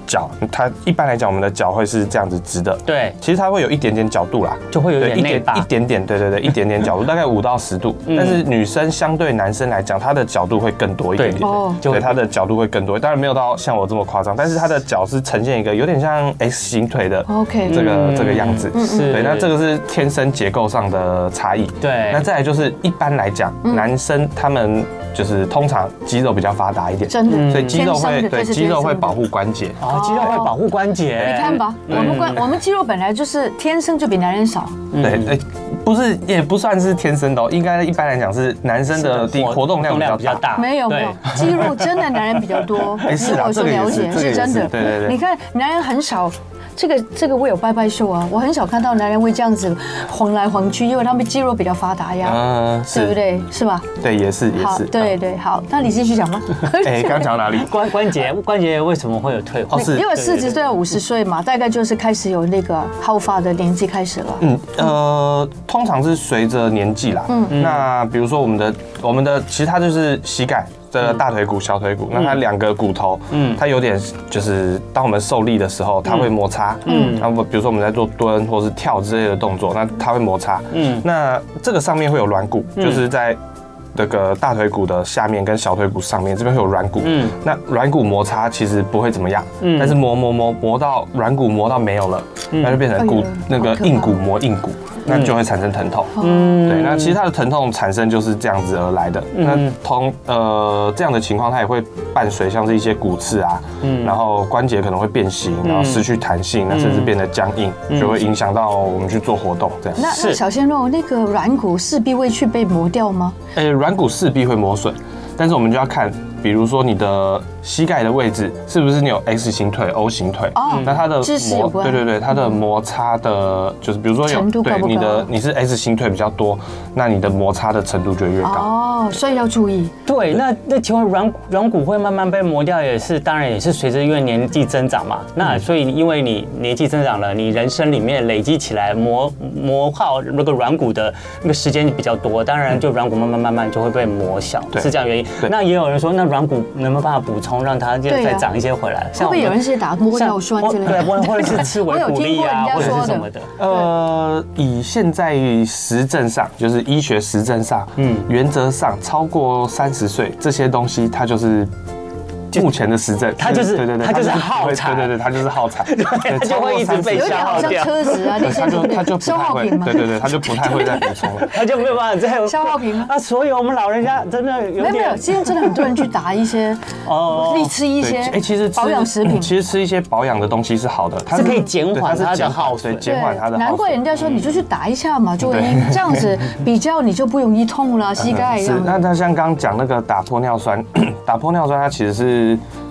[SPEAKER 4] 脚，它一般来讲我们的脚会是这样子直的，
[SPEAKER 2] 对
[SPEAKER 4] 其实它会有一点点角度啦，
[SPEAKER 2] 就会有
[SPEAKER 4] 对
[SPEAKER 2] 点
[SPEAKER 4] 一
[SPEAKER 2] 内
[SPEAKER 4] 点
[SPEAKER 2] 八嗯
[SPEAKER 4] 一点点，对对对，一点 点角度，大概五到十度。但是女生相对男生来讲，她的角度会更多一点
[SPEAKER 2] 对
[SPEAKER 1] 哦
[SPEAKER 4] 点，
[SPEAKER 2] 就会
[SPEAKER 4] 对，她的角度会更多，当然没有到像我这么夸张，但是她的脚是呈现一个有点像 S 型腿的
[SPEAKER 1] OK
[SPEAKER 4] 这个
[SPEAKER 2] 嗯
[SPEAKER 4] 这个样子。
[SPEAKER 2] 是
[SPEAKER 4] 对，那这个是天生结构上的差异。
[SPEAKER 2] 对
[SPEAKER 4] 那再来就是一般来讲，
[SPEAKER 1] 嗯
[SPEAKER 4] 男生他们就是通常肌肉比较发达一点，
[SPEAKER 1] 真的，
[SPEAKER 4] 嗯所以肌肉
[SPEAKER 1] 天生
[SPEAKER 4] 会
[SPEAKER 1] 的
[SPEAKER 4] 对
[SPEAKER 1] 这是
[SPEAKER 4] 肌肉
[SPEAKER 1] 天
[SPEAKER 4] 会
[SPEAKER 1] 生的
[SPEAKER 4] 保护嗯关节。
[SPEAKER 2] 哦，肌肉会保护关节。嗯
[SPEAKER 1] 你看吧，我们关我们肌肉本来就是天生就比男人少，
[SPEAKER 4] 对，哎、不是，也不算是天生的、哦，应该一般来讲是男生的地嗯活动量比较大。
[SPEAKER 1] 没有没有
[SPEAKER 2] 对，
[SPEAKER 1] 肌肉真的男人比较多。
[SPEAKER 4] 哎是
[SPEAKER 1] 如
[SPEAKER 4] 啊
[SPEAKER 1] 果说
[SPEAKER 4] 这个也
[SPEAKER 1] 了
[SPEAKER 4] 是
[SPEAKER 1] 解
[SPEAKER 4] 这个也
[SPEAKER 1] 是
[SPEAKER 4] 是
[SPEAKER 1] 真的，
[SPEAKER 4] 对对对
[SPEAKER 1] 你看男人很少。这个这个我有拜拜秀啊，我很少看到男人会这样子晃来晃去，因为他们肌肉比较发达呀，
[SPEAKER 4] 嗯，
[SPEAKER 1] 对不
[SPEAKER 4] 是，
[SPEAKER 1] 对？是吧？
[SPEAKER 4] 对，也是，啊也
[SPEAKER 1] 好，
[SPEAKER 4] 是。
[SPEAKER 1] 对对，好，那你继续讲吧。
[SPEAKER 4] 哎，刚讲哪里？
[SPEAKER 2] 关关节关节为什么会有退化
[SPEAKER 4] 哦？ 是
[SPEAKER 1] 因为四十岁啊到五十岁嘛，大概就是开始有那个好发的年纪开始了。
[SPEAKER 4] 嗯，呃，通常是随着年纪啦。嗯，那比如说我们的我们的，其实它就是膝盖。的大腿骨、小腿骨，那它两个骨头，
[SPEAKER 2] 嗯
[SPEAKER 4] 嗯，它有点就是当我们受力的时候，它会摩擦，嗯，那么比如说我们在做蹲或是跳之类的动作，那它会摩擦，
[SPEAKER 2] 嗯
[SPEAKER 4] 嗯，那这个上面会有软骨，就是在这个大腿骨的下面跟小腿骨上面这边会有软骨，
[SPEAKER 2] 嗯
[SPEAKER 4] 嗯，那软骨摩擦其实不会怎么样，
[SPEAKER 2] 嗯
[SPEAKER 4] 但是磨磨磨磨到软骨磨到没有了，那就变成骨
[SPEAKER 1] 哎呦
[SPEAKER 4] 那个
[SPEAKER 1] 好可怕
[SPEAKER 4] 硬骨磨硬骨，那就会产生疼痛。
[SPEAKER 1] 嗯，
[SPEAKER 4] 对，那其实它的疼痛产生就是这样子而来的。那同呃这样的情况，它也会伴随像是一些骨刺啊，
[SPEAKER 1] 嗯
[SPEAKER 4] 然后关节可能会变形，然后失去弹性，那甚至变得僵硬，就会影响到我们去做活动这样。
[SPEAKER 1] 嗯那那
[SPEAKER 2] 是
[SPEAKER 1] 小鲜肉那个软骨势必会去被磨掉吗？
[SPEAKER 4] 呃，软骨势必会磨损，但是我们就要看，比如说你的膝盖的位置是不是你有 X 型腿、O 型腿，
[SPEAKER 1] 哦
[SPEAKER 4] 那它的
[SPEAKER 1] 姿势有
[SPEAKER 4] 磨，
[SPEAKER 1] 关
[SPEAKER 4] 对对对，它的摩擦的，就是比如说有
[SPEAKER 1] 程度高
[SPEAKER 4] 对
[SPEAKER 1] 不
[SPEAKER 4] 你
[SPEAKER 1] 高
[SPEAKER 4] 的你是 S 型腿比较多，那你的摩擦的程度就会越高。
[SPEAKER 1] 哦，所以要注意。
[SPEAKER 2] 对，那那请问软软骨会慢慢被磨掉，也是当然也是随着因为年纪增长嘛。那
[SPEAKER 4] 嗯
[SPEAKER 2] 所以因为你年纪增长了，你人生里面累积起来磨磨耗那个软骨的那个时间比较多，当然就软骨慢慢慢慢就会被磨小，
[SPEAKER 4] 对
[SPEAKER 2] 是这样原因。
[SPEAKER 4] 对
[SPEAKER 2] 那也有人说，那软骨能不能办法补充，让它就
[SPEAKER 1] 对啊
[SPEAKER 2] 再长一些回来？
[SPEAKER 1] 会不会有
[SPEAKER 2] 我
[SPEAKER 1] 人
[SPEAKER 2] 们
[SPEAKER 1] 是打玻尿酸之类
[SPEAKER 2] 对，或
[SPEAKER 1] 的？
[SPEAKER 2] 或者是吃维骨
[SPEAKER 1] 我有听
[SPEAKER 2] 力啊，
[SPEAKER 1] 过人家
[SPEAKER 2] 或者
[SPEAKER 1] 说
[SPEAKER 2] 是
[SPEAKER 1] 的
[SPEAKER 2] 什么的。
[SPEAKER 1] 哦
[SPEAKER 4] 呃，以现在实证上，就是医学实证上，
[SPEAKER 2] 嗯
[SPEAKER 4] 嗯，原则上超过三十岁这些东西，它就是。目前的实证，
[SPEAKER 2] 它就是
[SPEAKER 4] 对对对，
[SPEAKER 2] 它就是
[SPEAKER 4] 不会
[SPEAKER 2] 耗材
[SPEAKER 4] 对对对，它就是 耗材，
[SPEAKER 2] 它
[SPEAKER 4] 对
[SPEAKER 2] 就会一直被
[SPEAKER 1] 有点好像车子啊那
[SPEAKER 4] 对，
[SPEAKER 1] 些
[SPEAKER 4] 他就他就不
[SPEAKER 1] 消
[SPEAKER 4] 太
[SPEAKER 1] 耗
[SPEAKER 4] 会，
[SPEAKER 1] 品嘛。
[SPEAKER 4] 对对对，他就不太会再补 充了。
[SPEAKER 2] 他就没有办法再有
[SPEAKER 1] 消耗品吗
[SPEAKER 2] 啊，所以我们老人家真的有
[SPEAKER 1] 没有没有，
[SPEAKER 2] 点
[SPEAKER 1] 现在真的很多人去打一些，
[SPEAKER 2] 哦
[SPEAKER 1] 力吃一
[SPEAKER 4] 对，
[SPEAKER 1] 些，
[SPEAKER 4] 哎，其实吃
[SPEAKER 1] 保养食品
[SPEAKER 4] 其实吃一些保养的东西是好的，它
[SPEAKER 2] 是可以减缓
[SPEAKER 4] 对
[SPEAKER 2] 它的
[SPEAKER 4] 减
[SPEAKER 2] 耗损
[SPEAKER 4] 对，减缓它的耗损。嗯
[SPEAKER 1] 难怪人家说你就去打一下嘛，就会
[SPEAKER 4] 对
[SPEAKER 1] 这样子比较你就不容易痛了，膝盖
[SPEAKER 4] 嗯
[SPEAKER 1] 这
[SPEAKER 4] 是
[SPEAKER 1] 样，
[SPEAKER 4] 那它像刚刚讲那个打玻尿酸，打玻尿酸它其实是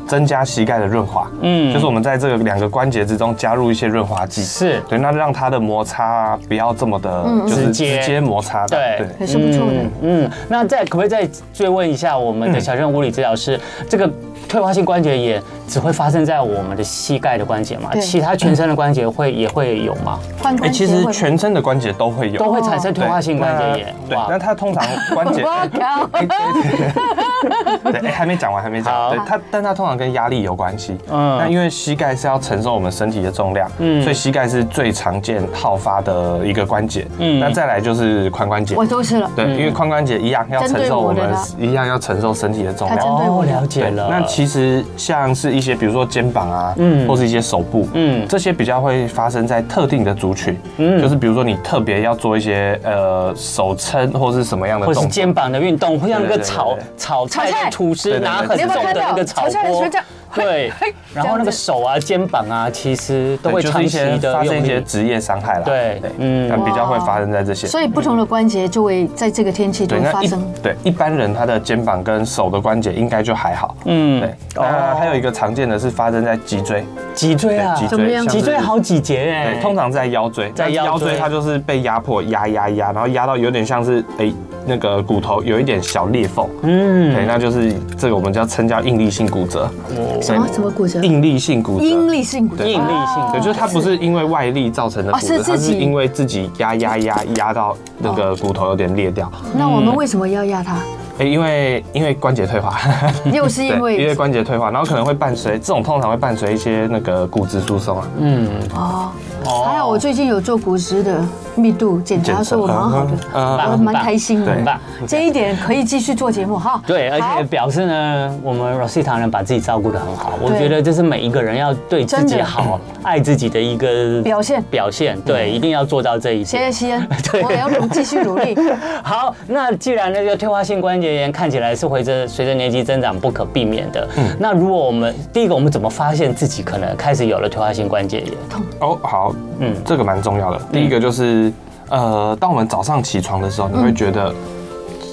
[SPEAKER 4] 增加膝盖的润滑，嗯，就是我们在这个两个关节之中加入一些润滑剂，
[SPEAKER 2] 是嗯
[SPEAKER 4] 对，那让它的摩擦不要这么的，就是
[SPEAKER 2] 直接
[SPEAKER 4] 直接摩擦到，
[SPEAKER 2] 对
[SPEAKER 1] 也是不错的。
[SPEAKER 2] 嗯，那再可不可以再追问一下我们的小郑物理治疗师，这个退化性关节炎只会发生在我们的膝盖的关节吗？
[SPEAKER 1] 对
[SPEAKER 2] 其他全身的关节会也会有吗？
[SPEAKER 1] 换
[SPEAKER 4] 哎，
[SPEAKER 1] 关
[SPEAKER 4] 其
[SPEAKER 1] 节
[SPEAKER 4] 实
[SPEAKER 1] 会
[SPEAKER 4] 全身的关节都会有，
[SPEAKER 2] 都会产生退化性关节炎。
[SPEAKER 4] 对，那它通常关 节，
[SPEAKER 1] 我靠，
[SPEAKER 4] 对，哎还没讲完，还没讲
[SPEAKER 2] 好
[SPEAKER 4] 完。对它，但它通常跟压力有关系。
[SPEAKER 2] 嗯
[SPEAKER 4] 嗯，那因为膝盖是要承受我们身体的重量，嗯，所以膝盖是最常见好发的一个关节。
[SPEAKER 2] 嗯
[SPEAKER 4] 嗯，那再来就是髋关节。
[SPEAKER 1] 我都 吃了。
[SPEAKER 4] 对，因为髋关节一样要承受我
[SPEAKER 1] 针对我
[SPEAKER 4] 们
[SPEAKER 1] 的啦，
[SPEAKER 4] 一样要承受身体的重
[SPEAKER 1] 它针
[SPEAKER 4] 量。
[SPEAKER 1] 对我
[SPEAKER 2] 哦，
[SPEAKER 1] 的
[SPEAKER 2] 了解了。
[SPEAKER 4] 那其实像是一些，比如说肩膀啊，
[SPEAKER 2] 嗯
[SPEAKER 4] 嗯，或是一些手部，
[SPEAKER 2] 嗯
[SPEAKER 4] 嗯，这些比较会发生在特定的族群，嗯，就是比如说你特别要做一些呃手撑或是什么样的
[SPEAKER 2] 或
[SPEAKER 4] 动
[SPEAKER 2] 是
[SPEAKER 4] 作，
[SPEAKER 2] 肩膀的运动，会像那个
[SPEAKER 4] 对对对
[SPEAKER 2] 炒
[SPEAKER 4] 对对
[SPEAKER 1] 炒
[SPEAKER 2] 炒菜
[SPEAKER 1] 菜
[SPEAKER 2] 的厨师
[SPEAKER 4] 对对对
[SPEAKER 2] 拿很
[SPEAKER 1] 你有没有
[SPEAKER 2] 重
[SPEAKER 1] 看
[SPEAKER 2] 的那
[SPEAKER 1] 到
[SPEAKER 2] 个炒
[SPEAKER 1] 炒菜的时
[SPEAKER 2] 锅
[SPEAKER 1] 候这样，
[SPEAKER 2] 对，然后那个手啊、肩膀啊，其实都会
[SPEAKER 4] 就是
[SPEAKER 2] 长
[SPEAKER 4] 一
[SPEAKER 2] 期
[SPEAKER 4] 些
[SPEAKER 2] 的
[SPEAKER 4] 发生
[SPEAKER 2] 用
[SPEAKER 4] 一些
[SPEAKER 2] 力。
[SPEAKER 4] 职业伤害啦。
[SPEAKER 2] 对嗯
[SPEAKER 4] 嗯，但比较会发生在这些。
[SPEAKER 1] 所以不同的关节就会在这个天气就
[SPEAKER 4] 对，
[SPEAKER 1] 会
[SPEAKER 4] 那
[SPEAKER 1] 发
[SPEAKER 4] 一
[SPEAKER 1] 生。
[SPEAKER 4] 对一般人他的肩膀跟手的关节应该就还好。
[SPEAKER 2] 嗯
[SPEAKER 4] 对，那还有一个常见的是发生在脊椎，
[SPEAKER 2] 脊椎啊，
[SPEAKER 4] 对脊
[SPEAKER 1] 怎么样
[SPEAKER 4] 椎，像是
[SPEAKER 2] 脊椎好几节哎、
[SPEAKER 4] 对，通常在腰椎，
[SPEAKER 2] 在
[SPEAKER 4] 但
[SPEAKER 2] 腰
[SPEAKER 4] 腰椎
[SPEAKER 2] 椎
[SPEAKER 4] 它就是被压迫，压压压，然后压到有点像是哎、那个骨头有一点小裂缝，
[SPEAKER 2] 嗯哦
[SPEAKER 4] 对，那就是这个我们叫称叫应力性骨折，
[SPEAKER 1] 什么啊什么骨折？
[SPEAKER 4] 应力性骨折，
[SPEAKER 1] 应力性骨折。啊
[SPEAKER 2] 应力性骨
[SPEAKER 4] 对，就
[SPEAKER 2] 折。
[SPEAKER 4] 是它不是因为外力造成的
[SPEAKER 1] 哦
[SPEAKER 4] 骨折，
[SPEAKER 1] 是
[SPEAKER 4] 它
[SPEAKER 1] 自己
[SPEAKER 4] 是因为自己压压压压到那个骨头有点裂掉，
[SPEAKER 1] 那我们为什么要压它？
[SPEAKER 4] 哎、因为因为关节退化，
[SPEAKER 1] 又 是
[SPEAKER 4] 对
[SPEAKER 1] 因
[SPEAKER 4] 因为
[SPEAKER 1] 为
[SPEAKER 4] 关节退化，然后可能会伴随这种通常会伴随一些那个骨质疏松啊，
[SPEAKER 1] 哦，还好我最近有做骨质的密度检查，说啊我蛮好的，
[SPEAKER 4] 嗯
[SPEAKER 1] 我
[SPEAKER 2] 很棒
[SPEAKER 1] 蛮开心
[SPEAKER 4] 对
[SPEAKER 1] 的
[SPEAKER 2] 棒。
[SPEAKER 1] 这一点可以继续做节目哈。
[SPEAKER 2] 对，而
[SPEAKER 1] 好
[SPEAKER 2] 且表示呢，我们 Rosita 呢把自己照顾得很好，啊我
[SPEAKER 1] 对
[SPEAKER 2] 觉得这是每一个人要对自
[SPEAKER 1] 真
[SPEAKER 2] 己
[SPEAKER 1] 的
[SPEAKER 2] 好、爱自己的一个
[SPEAKER 1] 表现嗯
[SPEAKER 2] 表现，对，一定要做到这一
[SPEAKER 1] 谢
[SPEAKER 2] 点
[SPEAKER 1] 谢。西恩
[SPEAKER 2] 对，
[SPEAKER 1] 我要努继续努 力。
[SPEAKER 2] 好，那既然那个退化性关节炎看起来是随着随着年纪增长不可避免的，
[SPEAKER 4] 嗯
[SPEAKER 2] 那如果我们第一个我们怎么发现自己可能开始有了退化性关节炎？
[SPEAKER 4] 哦，好，
[SPEAKER 2] 嗯
[SPEAKER 4] 嗯，这个蛮重要的。第一个就是，
[SPEAKER 1] 嗯
[SPEAKER 4] 呃，当我们早上起床的时候，你会觉得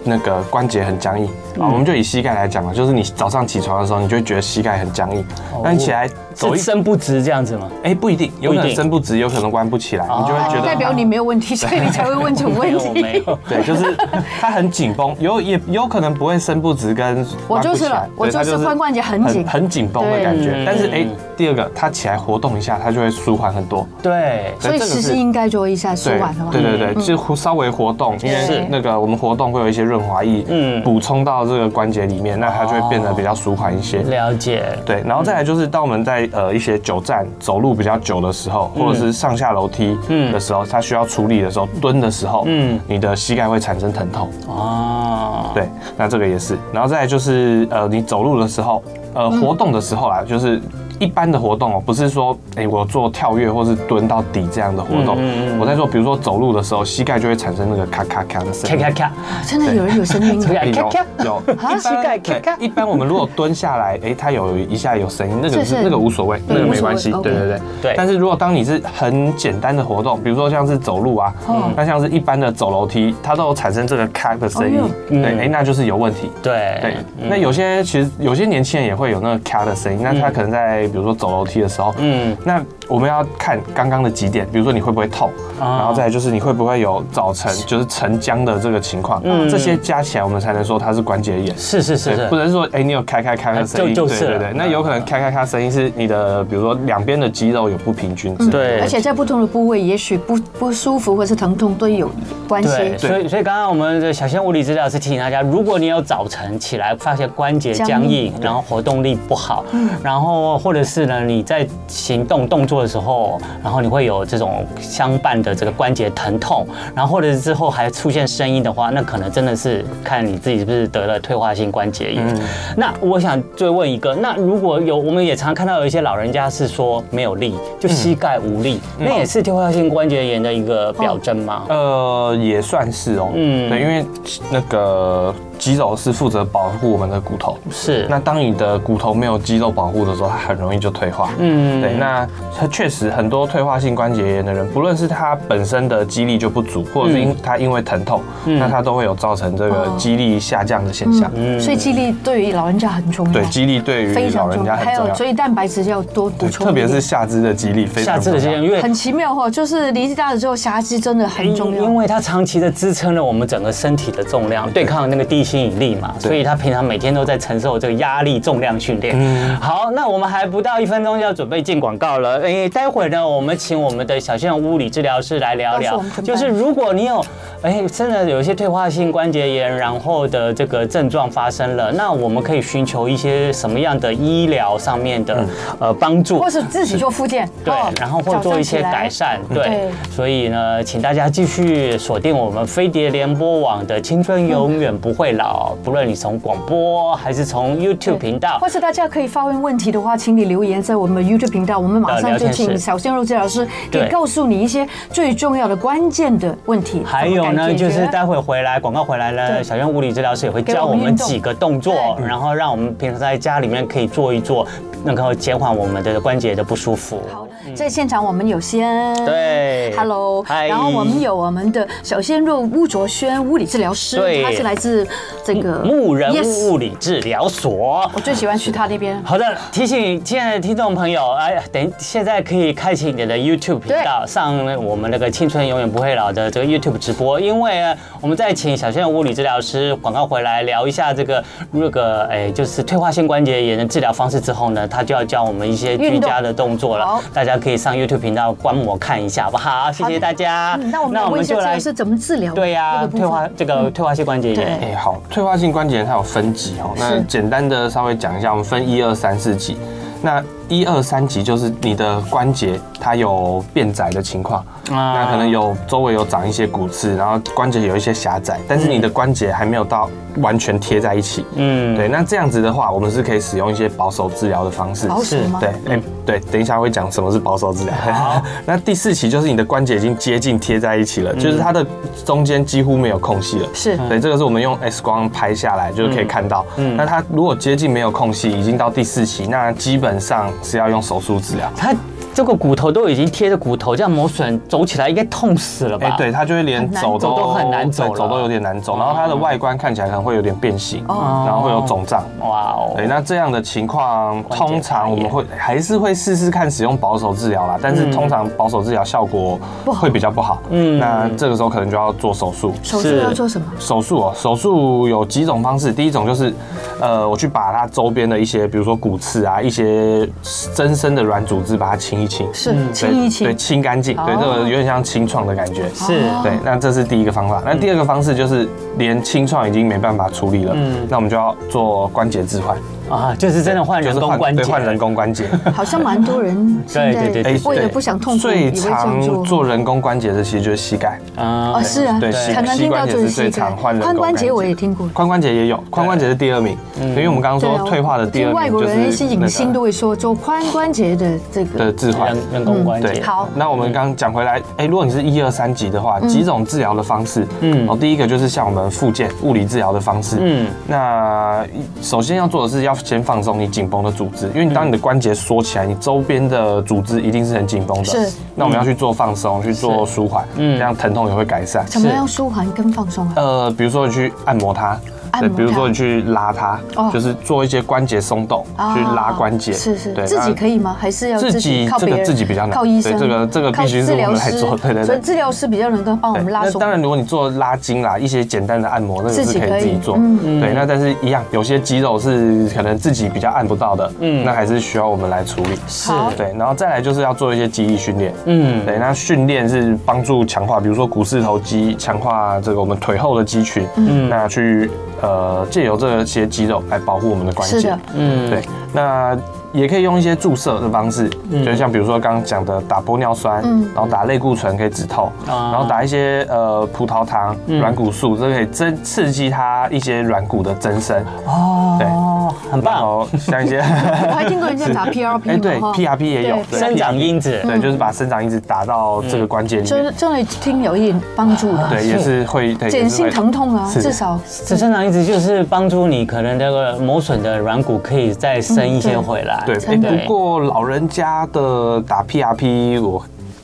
[SPEAKER 4] 那个关节很僵硬。
[SPEAKER 1] 嗯
[SPEAKER 4] 啊，我们就以膝盖来讲吧，就是你早上起床的时候，你就会觉得膝盖很僵硬。
[SPEAKER 1] 哦
[SPEAKER 4] 那你起来走
[SPEAKER 2] 是
[SPEAKER 4] 一，
[SPEAKER 2] 伸不直这样子吗？
[SPEAKER 4] 哎，不一定，有
[SPEAKER 2] 不一
[SPEAKER 4] 可能
[SPEAKER 2] 定
[SPEAKER 4] 伸不直，有可能弯不起来，你就会觉
[SPEAKER 1] 哦代表
[SPEAKER 4] 得。
[SPEAKER 1] 你没有问题，所以你才会问这种
[SPEAKER 2] 没
[SPEAKER 1] 问
[SPEAKER 2] 有，没
[SPEAKER 1] 题。
[SPEAKER 2] 有。
[SPEAKER 4] 对，就是它很紧绷，有也有可能不会伸不直跟
[SPEAKER 1] 我
[SPEAKER 4] 弯
[SPEAKER 1] 就
[SPEAKER 4] 不
[SPEAKER 1] 是
[SPEAKER 4] 起
[SPEAKER 1] 了
[SPEAKER 4] 来，
[SPEAKER 1] 我
[SPEAKER 4] 对它
[SPEAKER 1] 就是髋关节很紧
[SPEAKER 4] 很紧绷的感觉
[SPEAKER 2] 对。
[SPEAKER 4] 但是
[SPEAKER 2] 嗯
[SPEAKER 4] 哎，第二个，它起来活动一下，它就会舒缓很多。
[SPEAKER 2] 对，
[SPEAKER 1] 所以
[SPEAKER 4] 这个
[SPEAKER 1] 其
[SPEAKER 4] 是
[SPEAKER 1] 实应该做一下舒
[SPEAKER 4] 对
[SPEAKER 1] 缓的嘛。嗯
[SPEAKER 4] 对对对，就活稍微活动，因
[SPEAKER 1] 是
[SPEAKER 4] 为那个我们活动会有一些润滑液，
[SPEAKER 2] 嗯哦
[SPEAKER 4] 嗯，补充到这个关节里面，那它就会变得比较舒缓一些。
[SPEAKER 2] 了解。
[SPEAKER 4] 对，然后再来
[SPEAKER 2] 嗯
[SPEAKER 4] 就是当我们在呃一些久站、走路比较久的时候，或者
[SPEAKER 2] 嗯
[SPEAKER 4] 是上下楼梯的时候，它需要处理的时候，蹲的时候，
[SPEAKER 2] 嗯
[SPEAKER 4] 嗯，你的膝盖会产生疼痛。
[SPEAKER 2] 哦，
[SPEAKER 4] 对，那这个也是。然后再来就是呃，你走路的时候，呃，
[SPEAKER 2] 嗯
[SPEAKER 4] 活动的时候啦，就是一般的活动哦，不是说哎、我做跳跃或是蹲到底这样的活
[SPEAKER 2] 嗯
[SPEAKER 4] 动。我在做，比如说走路的时候，膝盖就会产生那个咔咔咔的声
[SPEAKER 2] 咔
[SPEAKER 4] 音。
[SPEAKER 2] 咔咔，
[SPEAKER 1] 真的有人有声音的，
[SPEAKER 2] 对咔咔
[SPEAKER 4] 哎有
[SPEAKER 1] 啊
[SPEAKER 4] 有，
[SPEAKER 1] 膝
[SPEAKER 2] 盖咔
[SPEAKER 4] 对
[SPEAKER 2] 咔
[SPEAKER 4] 一般我们如果蹲下来，哎，它有一下有声音，那个
[SPEAKER 1] 是是
[SPEAKER 4] 那个无所谓，
[SPEAKER 1] 对
[SPEAKER 4] 那个
[SPEAKER 1] 无
[SPEAKER 4] 没
[SPEAKER 1] 所
[SPEAKER 4] 关
[SPEAKER 1] 谓
[SPEAKER 4] 系。
[SPEAKER 1] OK
[SPEAKER 4] 对对对
[SPEAKER 2] 对
[SPEAKER 4] 但是如果当你是很简单的活动，比如说像是走路啊，
[SPEAKER 1] 嗯
[SPEAKER 4] 那像是一般的走楼梯，它都有产生这个咔的声音
[SPEAKER 1] 哦，哎
[SPEAKER 2] 哟
[SPEAKER 4] 对，哎，那就是有问题。
[SPEAKER 2] 对
[SPEAKER 4] 对，
[SPEAKER 1] 嗯
[SPEAKER 4] 那有些其实有些年轻人也会有那个咔的声音，那
[SPEAKER 1] 嗯
[SPEAKER 4] 他可能在比如说走楼梯的时候，
[SPEAKER 2] 嗯
[SPEAKER 4] 嗯，那我们要看刚刚的几点，比如说你会不会痛，
[SPEAKER 1] 嗯
[SPEAKER 2] 啊
[SPEAKER 4] 然后再来就是你会不会有早晨就是晨僵的这个情况，这些加起来我们才能说它是关节炎。
[SPEAKER 2] 是是是
[SPEAKER 4] 对，不
[SPEAKER 2] 是，
[SPEAKER 4] 能说哎，你有咔咔咔的声音，
[SPEAKER 2] 就
[SPEAKER 4] 对
[SPEAKER 2] 就是
[SPEAKER 4] 对
[SPEAKER 2] 了嗯
[SPEAKER 4] 对，那有可能咔咔咔声音是你的，比如说两边的肌肉有不平均之类的
[SPEAKER 2] 对
[SPEAKER 1] 而且在不同的部位，也许不不舒服或是疼痛都有关
[SPEAKER 2] 对，
[SPEAKER 1] 系。
[SPEAKER 2] 所以所以刚刚我们的小仙物理治疗师提醒大家，如果你有早晨起来发现关节僵
[SPEAKER 1] 僵
[SPEAKER 2] 硬
[SPEAKER 1] 硬，
[SPEAKER 2] 然后活动力不好，然后或者是呢你在行动动作的时候，然后你会有这种相伴的这个关节疼痛，然后或者是之后还出现声音的话，那可能真的是看你自己是不是得了退化性关节炎。那我想追问一个，那如果有我们也常看到有一些老人家是说没有力，就膝盖无力，那也是退化性关节炎的一个表征吗？
[SPEAKER 4] 呃，也算是哦，
[SPEAKER 2] 嗯
[SPEAKER 4] 嗯，对，因为那个肌肉是负责保护我们的骨头，
[SPEAKER 2] 是
[SPEAKER 4] 那当你的骨头没有肌肉保护的时候，它很容易就退化。
[SPEAKER 2] 嗯
[SPEAKER 4] 对，那它确实很多退化性关节炎的人，不论是他本身的肌力就不足，或者是
[SPEAKER 1] 嗯
[SPEAKER 4] 因他因为疼痛，那他都会有造成这
[SPEAKER 1] 哦
[SPEAKER 4] 个肌力下降的现象。
[SPEAKER 2] 嗯
[SPEAKER 1] 所以肌力对于老人家很重要，
[SPEAKER 4] 对，肌力对于
[SPEAKER 1] 嗯非
[SPEAKER 4] 老
[SPEAKER 1] 常
[SPEAKER 4] 人
[SPEAKER 1] 重
[SPEAKER 4] 家
[SPEAKER 1] 要。
[SPEAKER 4] 很
[SPEAKER 1] 还
[SPEAKER 4] 重
[SPEAKER 1] 有，
[SPEAKER 4] 要
[SPEAKER 1] 所。以蛋白质要多补
[SPEAKER 4] 对，
[SPEAKER 1] 充，
[SPEAKER 4] 特别是下肢的肌力非
[SPEAKER 2] 下
[SPEAKER 4] 常
[SPEAKER 2] 肢
[SPEAKER 4] 重
[SPEAKER 2] 的这。
[SPEAKER 4] 要
[SPEAKER 2] 样，因为
[SPEAKER 1] 很奇妙哦，就是离大了之后，下肢真的很重
[SPEAKER 2] 嗯因
[SPEAKER 1] 要。
[SPEAKER 2] 为它长期的支撑了我们整个身体的重量，对抗那个地心引力嘛，所以它平常每天都在承受这个压力重量训练。
[SPEAKER 4] 嗯
[SPEAKER 2] 好，那我们还不到一分钟就要准备进广告了，诶，待会儿呢，我们请我们的小象物理治疗师来聊
[SPEAKER 1] 告诉
[SPEAKER 2] 聊
[SPEAKER 1] 我们，怎么
[SPEAKER 2] 就
[SPEAKER 1] 办
[SPEAKER 2] 是如果你有，哎，真的有一些退化性关节炎，然后的这个症状发生了，那我们可以寻求一些什么样的医疗上面
[SPEAKER 4] 嗯
[SPEAKER 2] 的呃帮助，
[SPEAKER 1] 或是自己做复健，
[SPEAKER 2] 对
[SPEAKER 1] 哦，
[SPEAKER 2] 然后会做一些改。善，对
[SPEAKER 1] 对，
[SPEAKER 2] 所以呢，请大家继续锁定我们飞碟联播网的《青春永远不会老》，不论你从广播还是从 YouTube 频道
[SPEAKER 1] 或，是大家可以发问问题的话，请你留言在我们 YouTube 频道，我们马上就
[SPEAKER 2] 呃聊天
[SPEAKER 1] 请
[SPEAKER 2] 室
[SPEAKER 1] 小鲜肉治疗师
[SPEAKER 2] 对
[SPEAKER 1] 给告诉你一些最重要的关键的问题。
[SPEAKER 2] 还有
[SPEAKER 1] 怎么
[SPEAKER 2] 呢，
[SPEAKER 1] 解决
[SPEAKER 2] 就是待会回来广告回来了，
[SPEAKER 1] 对
[SPEAKER 2] 小燕物理治疗师也会
[SPEAKER 1] 给我
[SPEAKER 2] 教
[SPEAKER 1] 们
[SPEAKER 2] 我们
[SPEAKER 1] 运动
[SPEAKER 2] 几个动作，
[SPEAKER 1] 对
[SPEAKER 2] 然后让我们平时在家里面可以做一做，能够减缓我们的关节的不舒服。
[SPEAKER 1] 好，在现场我们有先
[SPEAKER 2] 对
[SPEAKER 1] ，Hello，
[SPEAKER 2] 嗨
[SPEAKER 1] 然后我们有我们的小鲜肉巫卓轩物理治疗师，
[SPEAKER 2] 对
[SPEAKER 1] 他是来自这个
[SPEAKER 2] 牧人
[SPEAKER 1] Yes
[SPEAKER 2] 物理治疗所。
[SPEAKER 1] 我最喜欢去他那边。
[SPEAKER 2] 好的，提醒亲爱的听众朋友，哎呀，等现在可以开启你的 YouTube 频道，上我们那个“青春永远不会老”的这个 YouTube 直播，因为呃我们再请小轩物理治疗师广告回来聊一下这个那个哎，就是退化性关节炎的治疗方式之后呢，他就要教我们一些居
[SPEAKER 1] 运动
[SPEAKER 2] 家的动作了
[SPEAKER 1] 好，
[SPEAKER 2] 大家可以上 YouTube 频道观摩看一下，好不好？谢谢大家
[SPEAKER 1] 嗯，那我们来问一下治疗师怎么治疗？
[SPEAKER 2] 对呀、
[SPEAKER 1] 这个部
[SPEAKER 2] 退
[SPEAKER 1] 分嗯
[SPEAKER 2] 化这个退化性关节炎，
[SPEAKER 1] 对
[SPEAKER 4] 哎、好，退化性关节炎它有分级哦。那
[SPEAKER 1] 是
[SPEAKER 4] 简单的稍微讲一下，我们分一二三四级。那一二三级就是你的关节它有变窄的情况，
[SPEAKER 2] 啊
[SPEAKER 4] 那可能有周围有长一些骨刺，然后关节有一些狭窄，但是你的关节还没有到完全贴在一起。
[SPEAKER 2] 嗯
[SPEAKER 4] 对，那这样子的话，我们是可以使用一些保守治疗的方式。
[SPEAKER 1] 保守
[SPEAKER 2] 是
[SPEAKER 1] 吗？
[SPEAKER 4] 对，哎、对，等一下会讲什么是保守治疗。好， 那第四期就是你的关节已经接近贴在一起了，就是它的中间几乎没有空隙了。
[SPEAKER 1] 是
[SPEAKER 4] 对，这个是我们用 X 光拍下来，就是可以看到。那它如果接近没有空隙，已经到第四期，那基本上是要用手术治疗。
[SPEAKER 2] 它这个骨头都已经贴着骨头，这样磨损走起来应该痛死了
[SPEAKER 4] 哎、
[SPEAKER 2] 吧？
[SPEAKER 4] 对，它就会连
[SPEAKER 1] 很难
[SPEAKER 4] 走都
[SPEAKER 2] 走都很难走
[SPEAKER 4] 对
[SPEAKER 2] 了
[SPEAKER 4] 走都有点难走，然后它的外观看起来可能会有点变形，
[SPEAKER 1] 哦
[SPEAKER 4] 然后会有肿胀。哎
[SPEAKER 2] 哇哦
[SPEAKER 4] 对，，那这样的情况，
[SPEAKER 2] 关节
[SPEAKER 4] 通常我们会还是会试试看使用保守治疗啦，但是通常保守治疗效果会比较不好。
[SPEAKER 2] 嗯
[SPEAKER 4] 嗯，那这个时候可能就要做手术。
[SPEAKER 1] 手术
[SPEAKER 2] 是
[SPEAKER 1] 要做什么？
[SPEAKER 4] 手术哦，手术有几种方式，第一种就是，呃，我去把它周边的一些，比如说骨刺啊，一些增生的软组织，把它清一清，
[SPEAKER 1] 是
[SPEAKER 4] 对
[SPEAKER 1] 清一
[SPEAKER 4] 对，
[SPEAKER 1] 清。
[SPEAKER 4] 清干净，对，
[SPEAKER 1] 哦
[SPEAKER 4] 这个有点像清创的感觉。
[SPEAKER 2] 是
[SPEAKER 1] 哦
[SPEAKER 4] 对，那这是第一个方法。那第二个方式就是，连清创已经没办法处理了，
[SPEAKER 2] 嗯
[SPEAKER 4] 那我们就要做关节置换。
[SPEAKER 2] 啊，就是真的换人工关节，
[SPEAKER 4] 对换人工 关节。
[SPEAKER 1] 好像蛮多人现
[SPEAKER 2] 对
[SPEAKER 1] 在
[SPEAKER 2] 对对
[SPEAKER 4] 哎
[SPEAKER 1] 为了
[SPEAKER 4] 对
[SPEAKER 1] 不想痛苦，以为
[SPEAKER 4] 最
[SPEAKER 1] 这样
[SPEAKER 4] 常
[SPEAKER 1] 做。
[SPEAKER 4] 做人工关节的其实就是膝盖，
[SPEAKER 2] 啊
[SPEAKER 1] 哦，是啊，
[SPEAKER 4] 对
[SPEAKER 2] 膝
[SPEAKER 1] 常常听到就是膝
[SPEAKER 4] 膝关节是
[SPEAKER 1] 盖
[SPEAKER 4] 最常换人工
[SPEAKER 1] 髋关节，
[SPEAKER 4] 关节
[SPEAKER 1] 我也听过。
[SPEAKER 4] 髋关节也有，髋关节是第二名，
[SPEAKER 2] 嗯
[SPEAKER 4] 因为我们刚刚
[SPEAKER 1] 对啊
[SPEAKER 4] 说退化的第
[SPEAKER 1] 我
[SPEAKER 4] 二
[SPEAKER 1] 听外
[SPEAKER 4] 名
[SPEAKER 1] 国
[SPEAKER 4] 就
[SPEAKER 1] 人一些
[SPEAKER 4] 是
[SPEAKER 1] 影星都会说做髋关节的这
[SPEAKER 4] 的
[SPEAKER 1] 个
[SPEAKER 4] 置换。
[SPEAKER 2] 人人工关节
[SPEAKER 4] 对，
[SPEAKER 1] 好嗯
[SPEAKER 4] 那我们刚刚讲回来，哎，如果你是一二三级的话，几种治疗的方式，
[SPEAKER 2] 嗯
[SPEAKER 4] 嗯，哦，第一个就是像我们复健物理治疗的方式，
[SPEAKER 2] 嗯
[SPEAKER 4] 嗯，那首先要做的是要先放松你紧绷的组织，因为你当你的关节缩起来，你周边的组织一定是很紧绷的，
[SPEAKER 1] 是
[SPEAKER 4] 那我们要去做放松，去做舒缓，
[SPEAKER 2] 嗯
[SPEAKER 4] 嗯，这样疼痛也会改善。
[SPEAKER 1] 什么样舒缓跟放松啊？
[SPEAKER 4] 呃，比如说你去按摩它，
[SPEAKER 1] 按
[SPEAKER 4] 对，
[SPEAKER 1] 摩
[SPEAKER 4] 比如说
[SPEAKER 1] 它
[SPEAKER 4] 你去拉它
[SPEAKER 1] 哦，
[SPEAKER 4] 就是做一些关节松动，去拉关节，
[SPEAKER 1] 啊是是，
[SPEAKER 4] 对，
[SPEAKER 1] 自己
[SPEAKER 4] 那
[SPEAKER 1] 可以吗？还是要
[SPEAKER 4] 自己
[SPEAKER 1] 靠
[SPEAKER 4] 这
[SPEAKER 1] 别
[SPEAKER 4] 个
[SPEAKER 1] 人？
[SPEAKER 4] 自己比较难
[SPEAKER 1] 靠医生。
[SPEAKER 4] 对这个这个
[SPEAKER 1] 靠
[SPEAKER 4] 必须是
[SPEAKER 1] 治疗
[SPEAKER 4] 我们来
[SPEAKER 1] 师
[SPEAKER 4] 做对对对
[SPEAKER 1] 所以治疗师比较能够帮我
[SPEAKER 4] 对
[SPEAKER 1] 们拉
[SPEAKER 4] 那
[SPEAKER 1] 松。
[SPEAKER 4] 当然，如果你做拉筋啦，一些简单的按摩，那
[SPEAKER 1] 自
[SPEAKER 4] 个
[SPEAKER 1] 己
[SPEAKER 4] 是可
[SPEAKER 1] 可以
[SPEAKER 4] 以自己做。
[SPEAKER 1] 嗯
[SPEAKER 4] 对，那但是一样，有些肌肉是可能自己比较按不到的，那还是需要我们来处理。
[SPEAKER 2] 是
[SPEAKER 1] 好
[SPEAKER 4] 对，然后再来就是要做一些肌力训练。
[SPEAKER 2] 嗯
[SPEAKER 4] 对，那训练是帮助强化，比如说股四头肌，强化这个我们腿后的肌群，嗯，那去呃借由这些肌肉来保护我们的关
[SPEAKER 1] 是
[SPEAKER 4] 节
[SPEAKER 1] 的，，
[SPEAKER 2] 嗯
[SPEAKER 4] 对，那。也可以用一些注射的方式，就像比如说刚刚讲的打玻尿酸，
[SPEAKER 1] 嗯
[SPEAKER 4] 然后打类固醇可以止痛，
[SPEAKER 2] 啊
[SPEAKER 4] 然后打一些呃葡萄糖、
[SPEAKER 1] 嗯
[SPEAKER 4] 软骨素，这可以增刺激它一些软骨的增生，
[SPEAKER 2] 哦，很
[SPEAKER 4] 然
[SPEAKER 2] 棒，
[SPEAKER 4] 后 像一些
[SPEAKER 1] 我还听过人家打
[SPEAKER 4] 哎
[SPEAKER 1] PRP
[SPEAKER 4] 对
[SPEAKER 1] 嘛哈
[SPEAKER 4] ，PRP 也有
[SPEAKER 1] 对
[SPEAKER 4] 对
[SPEAKER 2] 生长因子，
[SPEAKER 4] 对，就是把生长因子打到这个关节里
[SPEAKER 1] 就
[SPEAKER 4] 面
[SPEAKER 1] 是，这样听有一点帮助的，
[SPEAKER 4] 对，也是会对
[SPEAKER 1] 减
[SPEAKER 4] 也是
[SPEAKER 1] 轻
[SPEAKER 4] 会
[SPEAKER 1] 疼痛啊，
[SPEAKER 4] 是
[SPEAKER 1] 至少
[SPEAKER 2] 这生长因子就是帮助你可能那个磨损的软骨可以再生一些回来，
[SPEAKER 4] 对，哎
[SPEAKER 1] 真的
[SPEAKER 4] 不过老人家的打 PRP，我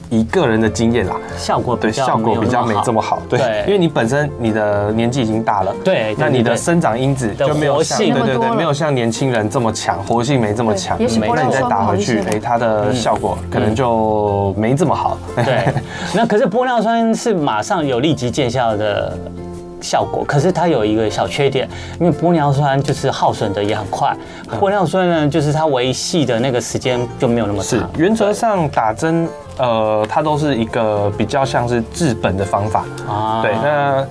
[SPEAKER 4] 以个人的经验啦，
[SPEAKER 2] 效果比
[SPEAKER 4] 对
[SPEAKER 2] 较
[SPEAKER 4] 效果比较没这么
[SPEAKER 2] 好，
[SPEAKER 4] 好，对
[SPEAKER 2] 对，
[SPEAKER 4] 因为你本身你的年纪已经大了，
[SPEAKER 2] 对对
[SPEAKER 4] 那你的生长因子
[SPEAKER 2] 对
[SPEAKER 4] 就没有
[SPEAKER 2] 活
[SPEAKER 4] 像
[SPEAKER 2] 性
[SPEAKER 1] 那
[SPEAKER 4] 对
[SPEAKER 1] 么
[SPEAKER 4] 对
[SPEAKER 1] 多了
[SPEAKER 4] 对，没有像年轻人这么强，活性没这么强
[SPEAKER 1] 对，也许
[SPEAKER 2] 没
[SPEAKER 1] 玻
[SPEAKER 4] 那
[SPEAKER 1] 尿
[SPEAKER 4] 你再
[SPEAKER 1] 酸
[SPEAKER 4] 打
[SPEAKER 1] 好
[SPEAKER 4] 回
[SPEAKER 1] 一
[SPEAKER 4] 去
[SPEAKER 1] 些，吧
[SPEAKER 4] 哎，它
[SPEAKER 2] 嗯
[SPEAKER 4] 的效果可能就没这么好，
[SPEAKER 2] 对，那可是玻尿酸是马上有立即见效的效果，可是它有一个小缺点，因为玻尿酸就是耗损的也很快，玻尿酸呢就是它维系的那个时间就没有那么
[SPEAKER 4] 是
[SPEAKER 2] 长。
[SPEAKER 4] 原则上打针，呃，它都是一个比较像是治本的方法，
[SPEAKER 2] 啊
[SPEAKER 4] 对，那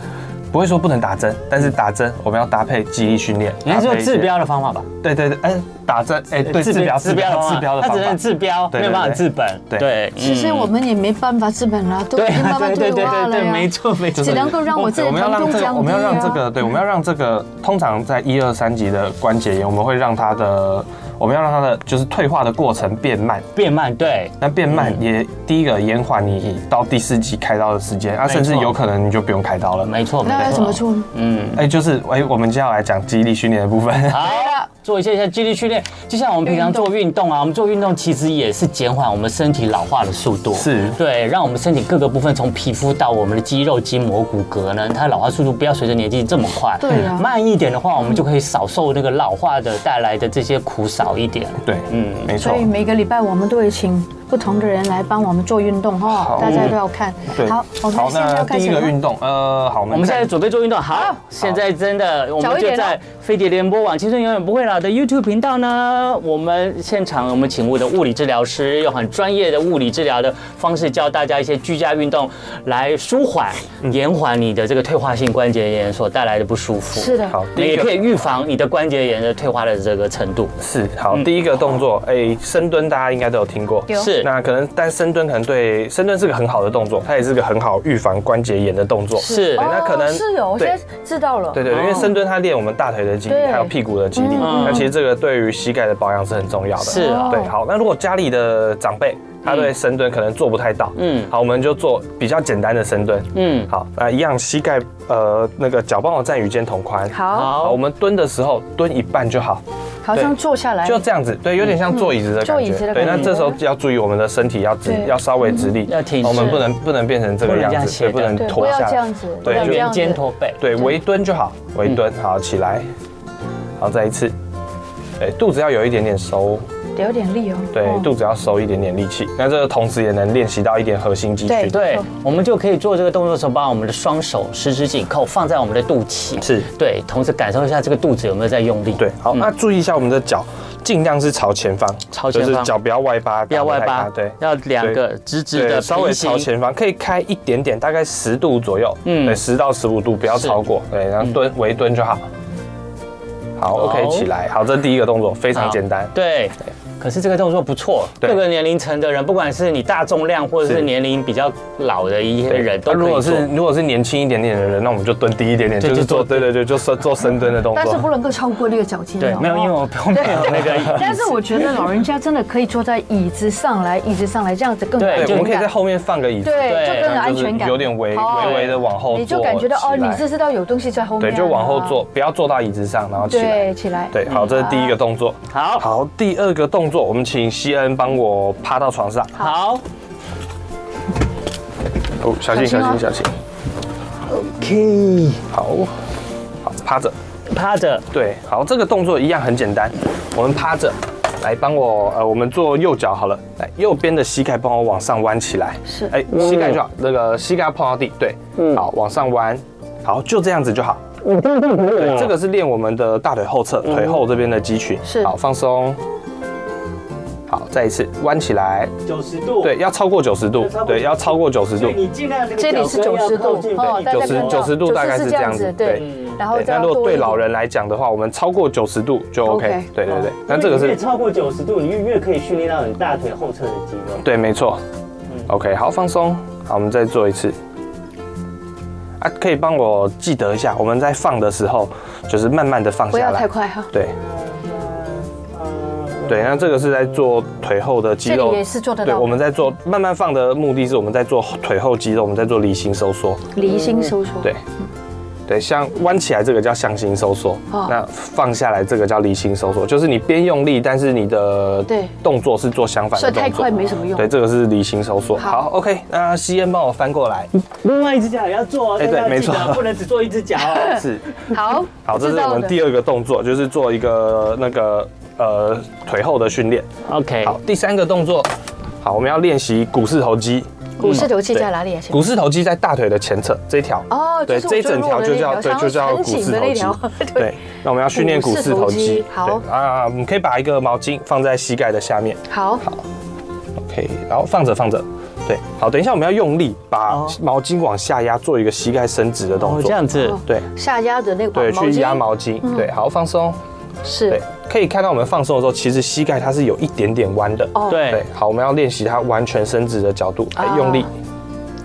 [SPEAKER 4] 不会说不能打针，但是打针我们要搭配肌力训练，
[SPEAKER 2] 你是
[SPEAKER 4] 搭
[SPEAKER 2] 说
[SPEAKER 4] 配一些
[SPEAKER 2] 治标的方法吧？
[SPEAKER 4] 对对对，哎、打针，哎、对，治标治标治标的
[SPEAKER 2] 它
[SPEAKER 4] 方
[SPEAKER 2] 只能
[SPEAKER 4] 法。
[SPEAKER 2] 治标，没
[SPEAKER 4] 对对
[SPEAKER 2] 有办法
[SPEAKER 4] 对
[SPEAKER 2] 治本。
[SPEAKER 4] 对
[SPEAKER 1] 其实我们也没办法治本
[SPEAKER 4] 嗯
[SPEAKER 1] 啦，都已
[SPEAKER 2] 对
[SPEAKER 1] 经
[SPEAKER 2] 啊
[SPEAKER 1] 慢慢退
[SPEAKER 2] 对对
[SPEAKER 1] 化
[SPEAKER 2] 对
[SPEAKER 1] 了
[SPEAKER 2] 对，
[SPEAKER 1] 呀。
[SPEAKER 2] 没错没错。
[SPEAKER 1] 只能够让我自
[SPEAKER 4] 对
[SPEAKER 1] 己
[SPEAKER 4] 我
[SPEAKER 1] 的
[SPEAKER 4] 们要
[SPEAKER 1] 疼
[SPEAKER 4] 让
[SPEAKER 1] 痛
[SPEAKER 4] 这
[SPEAKER 1] 降
[SPEAKER 4] 个，我
[SPEAKER 1] 低
[SPEAKER 4] 们要让这
[SPEAKER 1] 啊。
[SPEAKER 4] 个，对，我们要让这个，通常在一二三级的关节炎，我们会让它的我们要让它的就是退化的过程变慢。
[SPEAKER 2] 变慢，对，
[SPEAKER 4] 那变慢
[SPEAKER 1] 嗯
[SPEAKER 4] 也、第一个延缓你到第四季开刀的时间啊，
[SPEAKER 2] 没
[SPEAKER 4] 甚至
[SPEAKER 2] 错
[SPEAKER 4] 有可能你就不用开刀了。
[SPEAKER 2] 没错，
[SPEAKER 1] 那
[SPEAKER 2] 没
[SPEAKER 1] 要
[SPEAKER 2] 错
[SPEAKER 1] 怎么？做呢？
[SPEAKER 2] 嗯，
[SPEAKER 4] 哎、就是哎、我们接下来讲肌力训练的部分。
[SPEAKER 1] 啊
[SPEAKER 2] 好
[SPEAKER 1] 了，
[SPEAKER 2] 做一些一些肌力训练，就像我们平常做运动啊，我们做运动其实也是减缓我们身体老化的速度，
[SPEAKER 4] 是
[SPEAKER 2] 对，让我们身体各个部分，从皮肤到我们的肌肉、筋膜、骨骼呢，它老化速度不要随着年纪这么快，
[SPEAKER 1] 对啊
[SPEAKER 2] 慢一点的话，我们就可以少受那个老化的带来的这些苦少一点。
[SPEAKER 4] 对，
[SPEAKER 2] 嗯
[SPEAKER 4] 嗯，没错
[SPEAKER 1] 所。以每个礼拜我们都会请不同的人来帮我们做运动哈，
[SPEAKER 4] 好
[SPEAKER 1] 大家都要看。
[SPEAKER 4] 对，
[SPEAKER 1] 好，我们现在
[SPEAKER 4] 那
[SPEAKER 1] 要开
[SPEAKER 4] 第一
[SPEAKER 1] 始
[SPEAKER 4] 个
[SPEAKER 1] 了
[SPEAKER 4] 运动，呃，好，我
[SPEAKER 2] 我们现在
[SPEAKER 4] 看
[SPEAKER 2] 准备做运动，好，现在真的，我
[SPEAKER 1] 早
[SPEAKER 2] 们
[SPEAKER 1] 一
[SPEAKER 2] 就
[SPEAKER 1] 点
[SPEAKER 2] 在飞碟联播网“青春永远不会老”的 YouTube 频道呢。我们现场我们请我的物理治疗师，用很专业的物理治疗的方式教大家一些居家运动，来舒缓、
[SPEAKER 1] 嗯
[SPEAKER 2] 延缓你的这个退化性关节炎所带来的不舒服。
[SPEAKER 1] 是，的，
[SPEAKER 4] 好，
[SPEAKER 2] 你
[SPEAKER 4] 第一
[SPEAKER 2] 也
[SPEAKER 4] 个
[SPEAKER 2] 可以预防你的关节炎的退化的这个程度。
[SPEAKER 4] 是好，第一个动作，哎，深蹲大家应该都有听过，
[SPEAKER 1] 有
[SPEAKER 2] 嗯是
[SPEAKER 4] 那可能，但深蹲可能对深蹲是个很好的动作，它也是个很好预防关节炎的动作。
[SPEAKER 2] 是
[SPEAKER 4] 对，那可能
[SPEAKER 1] 哦是有，我
[SPEAKER 4] 对
[SPEAKER 1] 现在知道了。
[SPEAKER 4] 对对，
[SPEAKER 2] 哦
[SPEAKER 4] 对因为深蹲它练我们大腿的肌力，
[SPEAKER 1] 对
[SPEAKER 4] 还有屁股的肌力，
[SPEAKER 2] 嗯
[SPEAKER 4] 那其实这个对于膝盖的保养是很重要的。
[SPEAKER 2] 是
[SPEAKER 1] 哦
[SPEAKER 2] 啊
[SPEAKER 4] 对。好，那如果家里的长辈他对深蹲可能做不太到，
[SPEAKER 2] 嗯
[SPEAKER 4] 嗯，好，我们就做比较简单的深蹲。
[SPEAKER 2] 嗯，
[SPEAKER 4] 好，那一样膝盖呃那个脚帮我站与肩同宽。
[SPEAKER 1] 好，
[SPEAKER 4] 好，
[SPEAKER 2] 好
[SPEAKER 4] 我，们蹲的时候蹲一半就好，
[SPEAKER 1] 好像坐下来。
[SPEAKER 4] 就这样子，对，有点像坐椅子的
[SPEAKER 1] 嗯坐
[SPEAKER 4] 感
[SPEAKER 1] 椅
[SPEAKER 4] 觉
[SPEAKER 1] 子的。
[SPEAKER 4] 对，
[SPEAKER 1] 感
[SPEAKER 4] 那
[SPEAKER 1] 觉
[SPEAKER 4] 这时候要注意我们的身体要直
[SPEAKER 1] 对，
[SPEAKER 4] 要稍微直立，哦
[SPEAKER 2] 要挺直
[SPEAKER 4] 我们不能不能变成这个
[SPEAKER 2] 不能这
[SPEAKER 4] 样
[SPEAKER 2] 样
[SPEAKER 4] 子，所以
[SPEAKER 2] 斜
[SPEAKER 4] 不
[SPEAKER 2] 的
[SPEAKER 4] 能
[SPEAKER 1] 对，不
[SPEAKER 4] 驼
[SPEAKER 1] 要
[SPEAKER 4] 嗯下
[SPEAKER 1] 这
[SPEAKER 4] 来
[SPEAKER 1] 样。子，嗯
[SPEAKER 4] 对
[SPEAKER 1] 不要
[SPEAKER 4] 就
[SPEAKER 1] 这
[SPEAKER 2] 圆
[SPEAKER 1] 样
[SPEAKER 2] 嗯肩
[SPEAKER 1] 子。
[SPEAKER 2] 驼背。
[SPEAKER 4] 对，微蹲就好，微蹲，好，起来，好，再一次，对，肚子要有一点点收，
[SPEAKER 1] 有点力哦。
[SPEAKER 4] 对，
[SPEAKER 1] 哦
[SPEAKER 4] 肚子要收一点点力气，那这个同时也能练习到一点核心肌
[SPEAKER 1] 对
[SPEAKER 4] 群，
[SPEAKER 2] 对
[SPEAKER 1] 错，
[SPEAKER 2] 我们就可以做这个动作的时候，把我们的双手十指紧扣放在我们的肚脐，
[SPEAKER 4] 是
[SPEAKER 2] 对，同时感受一下这个肚子有没有在用力。
[SPEAKER 4] 对，好，那注意一下我们的脚，尽量是朝前方，
[SPEAKER 2] 嗯朝前方
[SPEAKER 4] 就是脚不要外八，
[SPEAKER 2] 不要外
[SPEAKER 4] 打
[SPEAKER 2] 八，
[SPEAKER 4] 不太开对。
[SPEAKER 2] 要两个直直的
[SPEAKER 4] 对，稍微
[SPEAKER 2] 平行
[SPEAKER 4] 朝前方，可以开一点点，大概十度左右，
[SPEAKER 2] 嗯
[SPEAKER 4] 嗯，对，十到十五度，不要
[SPEAKER 2] 是嗯
[SPEAKER 4] 超过，对，然后蹲围蹲就好。好，OK，起来，好，这是第一个动作，非
[SPEAKER 2] 好
[SPEAKER 4] 常简单。
[SPEAKER 2] 啊对。可是这个动作不错，
[SPEAKER 4] 对
[SPEAKER 2] 各个年龄层的人，不管是你大重量或者是
[SPEAKER 4] 是
[SPEAKER 2] 年龄比较老的一些
[SPEAKER 4] 对
[SPEAKER 2] 人，都
[SPEAKER 4] 那
[SPEAKER 2] 可以
[SPEAKER 4] 如果
[SPEAKER 2] 做
[SPEAKER 4] 是如果是年轻一点点的人，那我们就蹲低一点点，
[SPEAKER 2] 对
[SPEAKER 4] 就是
[SPEAKER 2] 就做
[SPEAKER 4] 做对对对，就深做深蹲的动
[SPEAKER 1] 但是不
[SPEAKER 4] 作。
[SPEAKER 1] 能够超过那个脚尖。
[SPEAKER 2] 对，
[SPEAKER 4] 嗯
[SPEAKER 1] 哦
[SPEAKER 2] 没有，因为我我没有 那个 意思。
[SPEAKER 1] 但是我觉得老人家真的可以坐在椅子上来，椅子上来这样子更
[SPEAKER 2] 对
[SPEAKER 1] 安
[SPEAKER 4] 对，我
[SPEAKER 1] 全
[SPEAKER 4] 们可以在
[SPEAKER 1] 感。
[SPEAKER 4] 后面放个椅子，
[SPEAKER 1] 对，
[SPEAKER 2] 对
[SPEAKER 1] 就更有安全感。
[SPEAKER 4] 有点微
[SPEAKER 1] 好
[SPEAKER 4] 微微的往后坐，
[SPEAKER 1] 你就感觉到哦，
[SPEAKER 4] 起
[SPEAKER 1] 你
[SPEAKER 4] 来
[SPEAKER 1] 是知道有东西在后面。
[SPEAKER 4] 对，就往后。坐，不要坐到椅子上，然后起来。
[SPEAKER 1] 对，嗯起来。
[SPEAKER 4] 对，好，这是第一个动作。
[SPEAKER 2] 好
[SPEAKER 4] 好，第二个动作，我们请西恩帮我趴到床上。
[SPEAKER 2] 好
[SPEAKER 4] 哦，小心，
[SPEAKER 1] 小心哦
[SPEAKER 4] 小心，小心。
[SPEAKER 2] ，OK，
[SPEAKER 4] 好，好，趴着。
[SPEAKER 2] 趴着，
[SPEAKER 4] 对，好，这个动作一样很简单，我们趴着，来帮我，呃，我们做右脚好了，来，右边的膝盖帮我往上弯起来，
[SPEAKER 1] 是
[SPEAKER 4] 哎，膝盖就好，那个膝盖碰到地，对，好，往上弯，好，就这样子就好。对，这个是练我们的大腿后侧、腿后这边的肌群，
[SPEAKER 1] 是
[SPEAKER 4] 好，放松，好，再一次弯起来，
[SPEAKER 2] 九十度，
[SPEAKER 4] 对，，要超过九十度
[SPEAKER 2] 要超过，90
[SPEAKER 4] 对，要超过九十度，
[SPEAKER 2] 尽量这
[SPEAKER 1] 这里是九十度哦，大家看到
[SPEAKER 4] 90 90度大概是这样子
[SPEAKER 1] 对
[SPEAKER 4] 对。
[SPEAKER 1] 然后
[SPEAKER 4] 对
[SPEAKER 1] 再
[SPEAKER 4] 那
[SPEAKER 1] 要
[SPEAKER 4] 如
[SPEAKER 1] 多
[SPEAKER 4] 果
[SPEAKER 1] 一
[SPEAKER 4] 对
[SPEAKER 1] 点
[SPEAKER 4] 老，人来讲的话，我们超过九十度就 OK，
[SPEAKER 1] OK
[SPEAKER 4] 对对对
[SPEAKER 1] 好，
[SPEAKER 4] 那这个是
[SPEAKER 2] 超过九十度，你越越可以训练到你大腿后侧的肌肉。
[SPEAKER 4] 对，没错。OK，好，放松。好，我们再做一次。啊，可以帮我记得一下，我们在放的时候，就是慢慢的放
[SPEAKER 1] 不
[SPEAKER 4] 下
[SPEAKER 1] 要太
[SPEAKER 4] 来。
[SPEAKER 1] 快哈。
[SPEAKER 4] 对。对，那这个是在做腿后的肌
[SPEAKER 1] 这
[SPEAKER 4] 肉
[SPEAKER 1] 里也，是做得
[SPEAKER 4] 对，
[SPEAKER 1] 到
[SPEAKER 4] 我。们在做慢慢放的目的是我们在做腿后肌肉，我们在做离心收缩。
[SPEAKER 1] 离心收缩。
[SPEAKER 4] 嗯对，对，像弯起来这个叫向心收缩，
[SPEAKER 1] 哦
[SPEAKER 4] 那放下来这个叫离心收缩，就是你边用力，但是你的
[SPEAKER 1] 对
[SPEAKER 4] 动作是做相反
[SPEAKER 1] 所
[SPEAKER 4] 的
[SPEAKER 1] 以
[SPEAKER 4] 动作。
[SPEAKER 1] 太快没什么用
[SPEAKER 4] 对，。这个是离心收缩。
[SPEAKER 1] 好
[SPEAKER 4] 好 o k 那西恩帮我翻过来，
[SPEAKER 2] 另外一只脚也要做哦，
[SPEAKER 4] 哎对
[SPEAKER 2] 大家
[SPEAKER 4] 没
[SPEAKER 2] 记得
[SPEAKER 4] 错
[SPEAKER 2] 不能只做一只脚哦。
[SPEAKER 4] 啊是，
[SPEAKER 1] 好，
[SPEAKER 4] 好，这
[SPEAKER 1] 知
[SPEAKER 4] 是
[SPEAKER 1] 道
[SPEAKER 4] 我们
[SPEAKER 1] 的
[SPEAKER 4] 第二个动作，就是做一个那个呃腿后的训练。
[SPEAKER 2] OK，
[SPEAKER 4] 好，第三个动作，好，我们要练习股四头肌。
[SPEAKER 1] 股四头肌
[SPEAKER 4] 对
[SPEAKER 1] 在哪里啊？现在
[SPEAKER 4] 股四头肌在大腿的前侧这一条。
[SPEAKER 1] 哦，就
[SPEAKER 4] 对，
[SPEAKER 1] 是我
[SPEAKER 4] 这一整条就叫对，
[SPEAKER 1] 常
[SPEAKER 4] 就叫
[SPEAKER 1] 常
[SPEAKER 4] 股
[SPEAKER 1] 紧
[SPEAKER 4] 四
[SPEAKER 1] 的
[SPEAKER 4] 头
[SPEAKER 1] 那
[SPEAKER 4] 肌。
[SPEAKER 1] 条。
[SPEAKER 4] 对，那我们要训练股四头
[SPEAKER 1] 股四头
[SPEAKER 4] 肌
[SPEAKER 1] 肌。好
[SPEAKER 4] 对啊，我们可以把一个毛巾放在膝盖的下面
[SPEAKER 1] 好，
[SPEAKER 4] ，OK，然后放着放着，对，好，等一下我们要用力把
[SPEAKER 2] 哦
[SPEAKER 4] 毛巾往下压，做一个膝盖伸直的动
[SPEAKER 2] 哦，这
[SPEAKER 4] 作。
[SPEAKER 2] 样子
[SPEAKER 1] 哦
[SPEAKER 4] 对
[SPEAKER 1] 下压的那个
[SPEAKER 4] 对，
[SPEAKER 1] 毛
[SPEAKER 4] 去
[SPEAKER 1] 巾
[SPEAKER 4] 压毛巾。对，好，放松。
[SPEAKER 1] 是
[SPEAKER 4] 对，可以看到我们放松的时候，其实膝盖它是有一点点弯的。
[SPEAKER 1] 哦
[SPEAKER 2] 对
[SPEAKER 4] 对，好，我们要练习它完全伸直的角度，哎
[SPEAKER 1] 啊
[SPEAKER 4] 用力，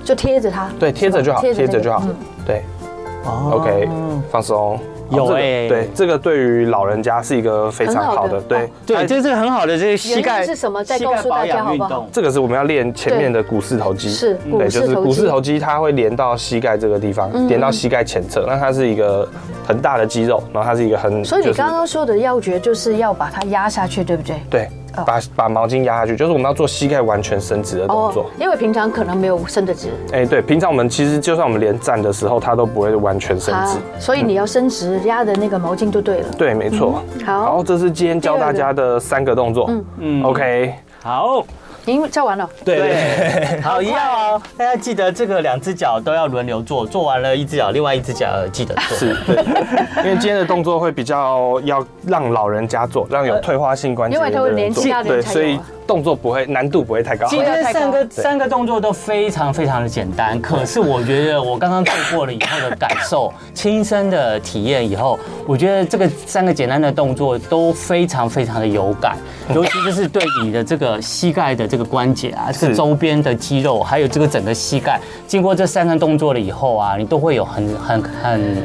[SPEAKER 1] 就贴着它，
[SPEAKER 4] 对，贴着就好，
[SPEAKER 1] 贴着那
[SPEAKER 4] 贴
[SPEAKER 1] 个
[SPEAKER 4] 着就好
[SPEAKER 1] 嗯。哦
[SPEAKER 4] 对， OK，放松。哦
[SPEAKER 2] 有
[SPEAKER 4] 这个
[SPEAKER 2] 欸
[SPEAKER 4] 对，这个对于老人家是一个非常
[SPEAKER 1] 很好
[SPEAKER 4] 好
[SPEAKER 1] 的
[SPEAKER 4] 的，对
[SPEAKER 1] 哦，
[SPEAKER 2] 对，这是很好的这个膝
[SPEAKER 1] 原
[SPEAKER 2] 盖
[SPEAKER 1] 因是什么再
[SPEAKER 2] 膝盖
[SPEAKER 1] 告诉大家
[SPEAKER 2] 保养
[SPEAKER 1] 好不
[SPEAKER 2] 运
[SPEAKER 1] 好
[SPEAKER 2] 动
[SPEAKER 4] 这个是我们要练前面的股四头肌，
[SPEAKER 1] 是股
[SPEAKER 4] 对，
[SPEAKER 1] 四
[SPEAKER 4] 就是
[SPEAKER 1] 头
[SPEAKER 4] 股
[SPEAKER 1] 肌嗯
[SPEAKER 4] 四头肌，它会连到膝盖这个地方，连到膝盖前侧，那它是一个很大的肌肉，然后它是一个很，
[SPEAKER 1] 所以
[SPEAKER 4] 就
[SPEAKER 1] 你
[SPEAKER 4] 是
[SPEAKER 1] 刚刚说的要诀就是要把它压下去，对不对？
[SPEAKER 4] 对
[SPEAKER 1] 哦，
[SPEAKER 4] 把把毛巾压下去，就是我们要做膝盖完全伸直的动作。
[SPEAKER 1] 哦因为平常可能没有伸得直，
[SPEAKER 4] 哎、对，平常我们其实就算我们连站的时候，它都不会完全伸直。
[SPEAKER 1] 所以你要伸直压的那个毛巾就对了。
[SPEAKER 4] 对，没错。
[SPEAKER 1] 嗯好
[SPEAKER 4] 好，这是今天教大家的三个动作。嗯嗯，OK。
[SPEAKER 2] 好，
[SPEAKER 1] 您教完了，
[SPEAKER 4] 对
[SPEAKER 2] 对， 好一样哦。大家记得这个两只脚都要轮流做，做完了一只脚，另外一只脚呃记得做。
[SPEAKER 4] 是， 对，因为今天的动作会比较要让老人家做，让有退化性关节
[SPEAKER 1] 呃因为
[SPEAKER 4] 炎
[SPEAKER 1] 他
[SPEAKER 4] 的
[SPEAKER 1] 会
[SPEAKER 4] 人
[SPEAKER 1] 年纪
[SPEAKER 4] 做
[SPEAKER 1] 大，的人
[SPEAKER 4] 对，
[SPEAKER 1] 才
[SPEAKER 4] 所
[SPEAKER 1] 有
[SPEAKER 4] 以
[SPEAKER 1] 啊
[SPEAKER 4] 动作不会难度不会太高。
[SPEAKER 2] 今
[SPEAKER 1] 不要
[SPEAKER 2] 天
[SPEAKER 1] 太高
[SPEAKER 2] 三个三个动作都非常非常的简单，可是我觉得我刚刚做过了以后的感 受，亲身的体验以后，我觉得这个三个简单的动作都非常非常的有感，
[SPEAKER 1] 嗯
[SPEAKER 2] 尤其就是对你的这个膝盖的这个关节啊，这个
[SPEAKER 4] 是
[SPEAKER 2] 周边的肌肉，还有这个整个膝盖，经过这三个动作了以后啊，你都会有很很很。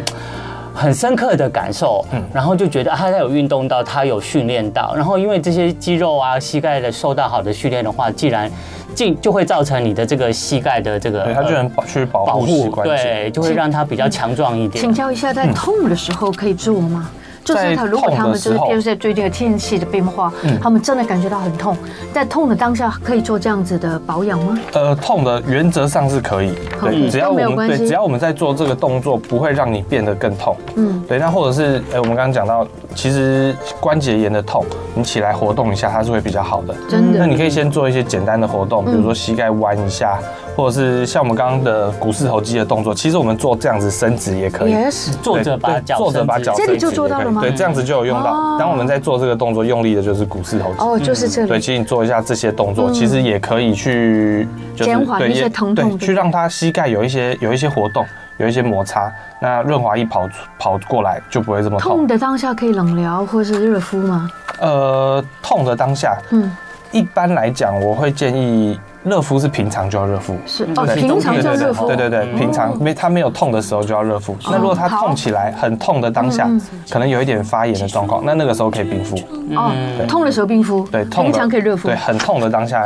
[SPEAKER 2] 很深刻的感受，
[SPEAKER 4] 嗯
[SPEAKER 2] 然后就觉得啊，他有运动到，他有训练到，然后因为这些肌肉啊、膝盖的受到好的训练的话，既然进就会造成你的这个膝盖的这个，呃
[SPEAKER 4] 对，它就能保去保
[SPEAKER 2] 保
[SPEAKER 4] 护膝
[SPEAKER 2] 护，
[SPEAKER 4] 关节。
[SPEAKER 2] 对，就会让它比较强壮一点
[SPEAKER 1] 请。教一下，在痛的时候可以做吗？就是
[SPEAKER 4] 在
[SPEAKER 1] 他，如果他们就是，
[SPEAKER 4] 痛的时候嗯
[SPEAKER 1] 譬如说最近的天气的变化，他们真的感觉到很痛，在痛的当下可以做这样子的保养吗？
[SPEAKER 4] 呃，痛的原则上是可以，对，
[SPEAKER 1] 嗯
[SPEAKER 4] 只要
[SPEAKER 1] 那
[SPEAKER 4] 我
[SPEAKER 1] 没有
[SPEAKER 4] 们
[SPEAKER 1] 关
[SPEAKER 4] 对
[SPEAKER 1] 系
[SPEAKER 4] 只要我们在做这个动作，不会让你变得更痛。
[SPEAKER 1] 嗯，
[SPEAKER 4] 对，那或者是哎、我们刚刚讲到，其实关节炎的痛，你起来活动一下，它是会比较好的。
[SPEAKER 1] 真
[SPEAKER 4] 那
[SPEAKER 1] 的嗯
[SPEAKER 4] 你可以先做一些简单的活动，比如说膝盖弯一下，或者是像我们刚刚的股四头肌的动作，其实我们做这样子伸直也可以。
[SPEAKER 1] ，yes，
[SPEAKER 2] 坐着
[SPEAKER 4] 对
[SPEAKER 2] 把
[SPEAKER 4] 对
[SPEAKER 2] 脚
[SPEAKER 4] 坐着
[SPEAKER 2] 伸
[SPEAKER 4] 把
[SPEAKER 2] 直
[SPEAKER 4] 脚
[SPEAKER 1] 这
[SPEAKER 4] 伸
[SPEAKER 1] 里
[SPEAKER 4] 直也可
[SPEAKER 1] 就
[SPEAKER 4] 以，
[SPEAKER 1] 做到了吗
[SPEAKER 4] 对，这样子就有用
[SPEAKER 1] 哦
[SPEAKER 4] 到。当我们在做这个动作，用力的就是股四头肌。
[SPEAKER 1] 哦，就是这
[SPEAKER 4] 嗯对，
[SPEAKER 1] 里，
[SPEAKER 4] 其实你做一下这些动作，其实也可以去就是
[SPEAKER 1] 嗯减缓
[SPEAKER 4] 对
[SPEAKER 1] 一些
[SPEAKER 4] 也
[SPEAKER 1] 疼
[SPEAKER 4] 对
[SPEAKER 1] 痛对
[SPEAKER 4] 去让它膝盖有一些有一些活动，有一些摩擦，那润滑一跑出跑过来就不会这么
[SPEAKER 1] 痛
[SPEAKER 4] 痛。
[SPEAKER 1] 的当下可以冷疗或是热敷吗？
[SPEAKER 4] 呃，痛的当下，
[SPEAKER 1] 嗯，
[SPEAKER 4] 一般来讲，我会建议热敷是平常就要热敷。
[SPEAKER 1] 是
[SPEAKER 2] 嗯
[SPEAKER 1] 哦，
[SPEAKER 4] 对
[SPEAKER 1] 平常就
[SPEAKER 4] 对对
[SPEAKER 1] 热敷，哦
[SPEAKER 4] 对对对，平常没它没有痛的时候就要热敷。那如果它
[SPEAKER 1] 好
[SPEAKER 4] 痛起来很痛的当下
[SPEAKER 1] 嗯，
[SPEAKER 4] 可能有一点发炎的状况，那那个时候可以冰敷。
[SPEAKER 1] 哦，痛的时候冰敷，
[SPEAKER 4] 嗯对，痛的
[SPEAKER 1] 平常可以热敷
[SPEAKER 4] 对，，很痛的当下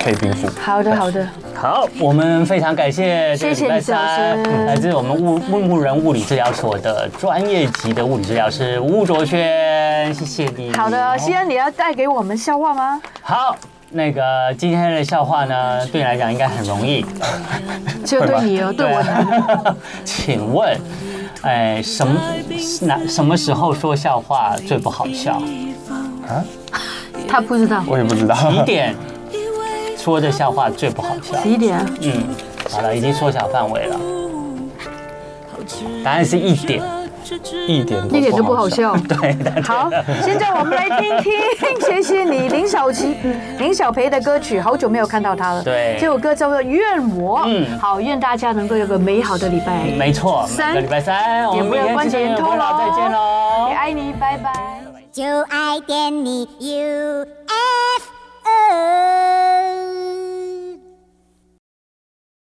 [SPEAKER 4] 可以冰敷。
[SPEAKER 1] 好的好的，
[SPEAKER 2] 好，我们非常感谢这个礼拜三
[SPEAKER 1] 谢谢李老师
[SPEAKER 2] 来自我们物木木人物理治疗所的专业级的物理治疗师吴卓轩，谢谢你。
[SPEAKER 1] 好
[SPEAKER 4] 嗯
[SPEAKER 1] 的，西安你要带给我们笑话吗？
[SPEAKER 2] 好，那个今天的笑话呢，对你来讲应该很容易。
[SPEAKER 1] 只有对你 哦，对我难。
[SPEAKER 2] 我， 请问，哎，什么哪什么时候说笑话最不好笑？
[SPEAKER 1] 他不知道
[SPEAKER 4] 我也不知道。
[SPEAKER 2] 几点说的笑话最不好笑？
[SPEAKER 1] 几点，
[SPEAKER 2] 嗯，好了，已经缩小范围了。答案是一点，
[SPEAKER 4] 一点
[SPEAKER 1] 一点都不好。笑。
[SPEAKER 2] 对，答
[SPEAKER 1] 好，现在我们来听 听，谢谢你，林小琪、林小培的歌曲，好久没有看到他了。
[SPEAKER 2] 对
[SPEAKER 1] 这首歌叫做《愿我》。
[SPEAKER 2] 嗯
[SPEAKER 1] 好，愿大家能够有个美好的礼拜。
[SPEAKER 2] 没错，每
[SPEAKER 1] 三
[SPEAKER 2] 个礼拜三我
[SPEAKER 1] 也
[SPEAKER 2] 们
[SPEAKER 1] 不
[SPEAKER 2] 明
[SPEAKER 1] 要
[SPEAKER 2] 天
[SPEAKER 1] 关
[SPEAKER 2] 之
[SPEAKER 1] 节
[SPEAKER 2] 前
[SPEAKER 1] 炎
[SPEAKER 2] 有
[SPEAKER 1] 痛
[SPEAKER 2] 会
[SPEAKER 1] 喽
[SPEAKER 2] 再见喽
[SPEAKER 1] 也。爱你，拜拜。
[SPEAKER 5] 就爱点你 U。F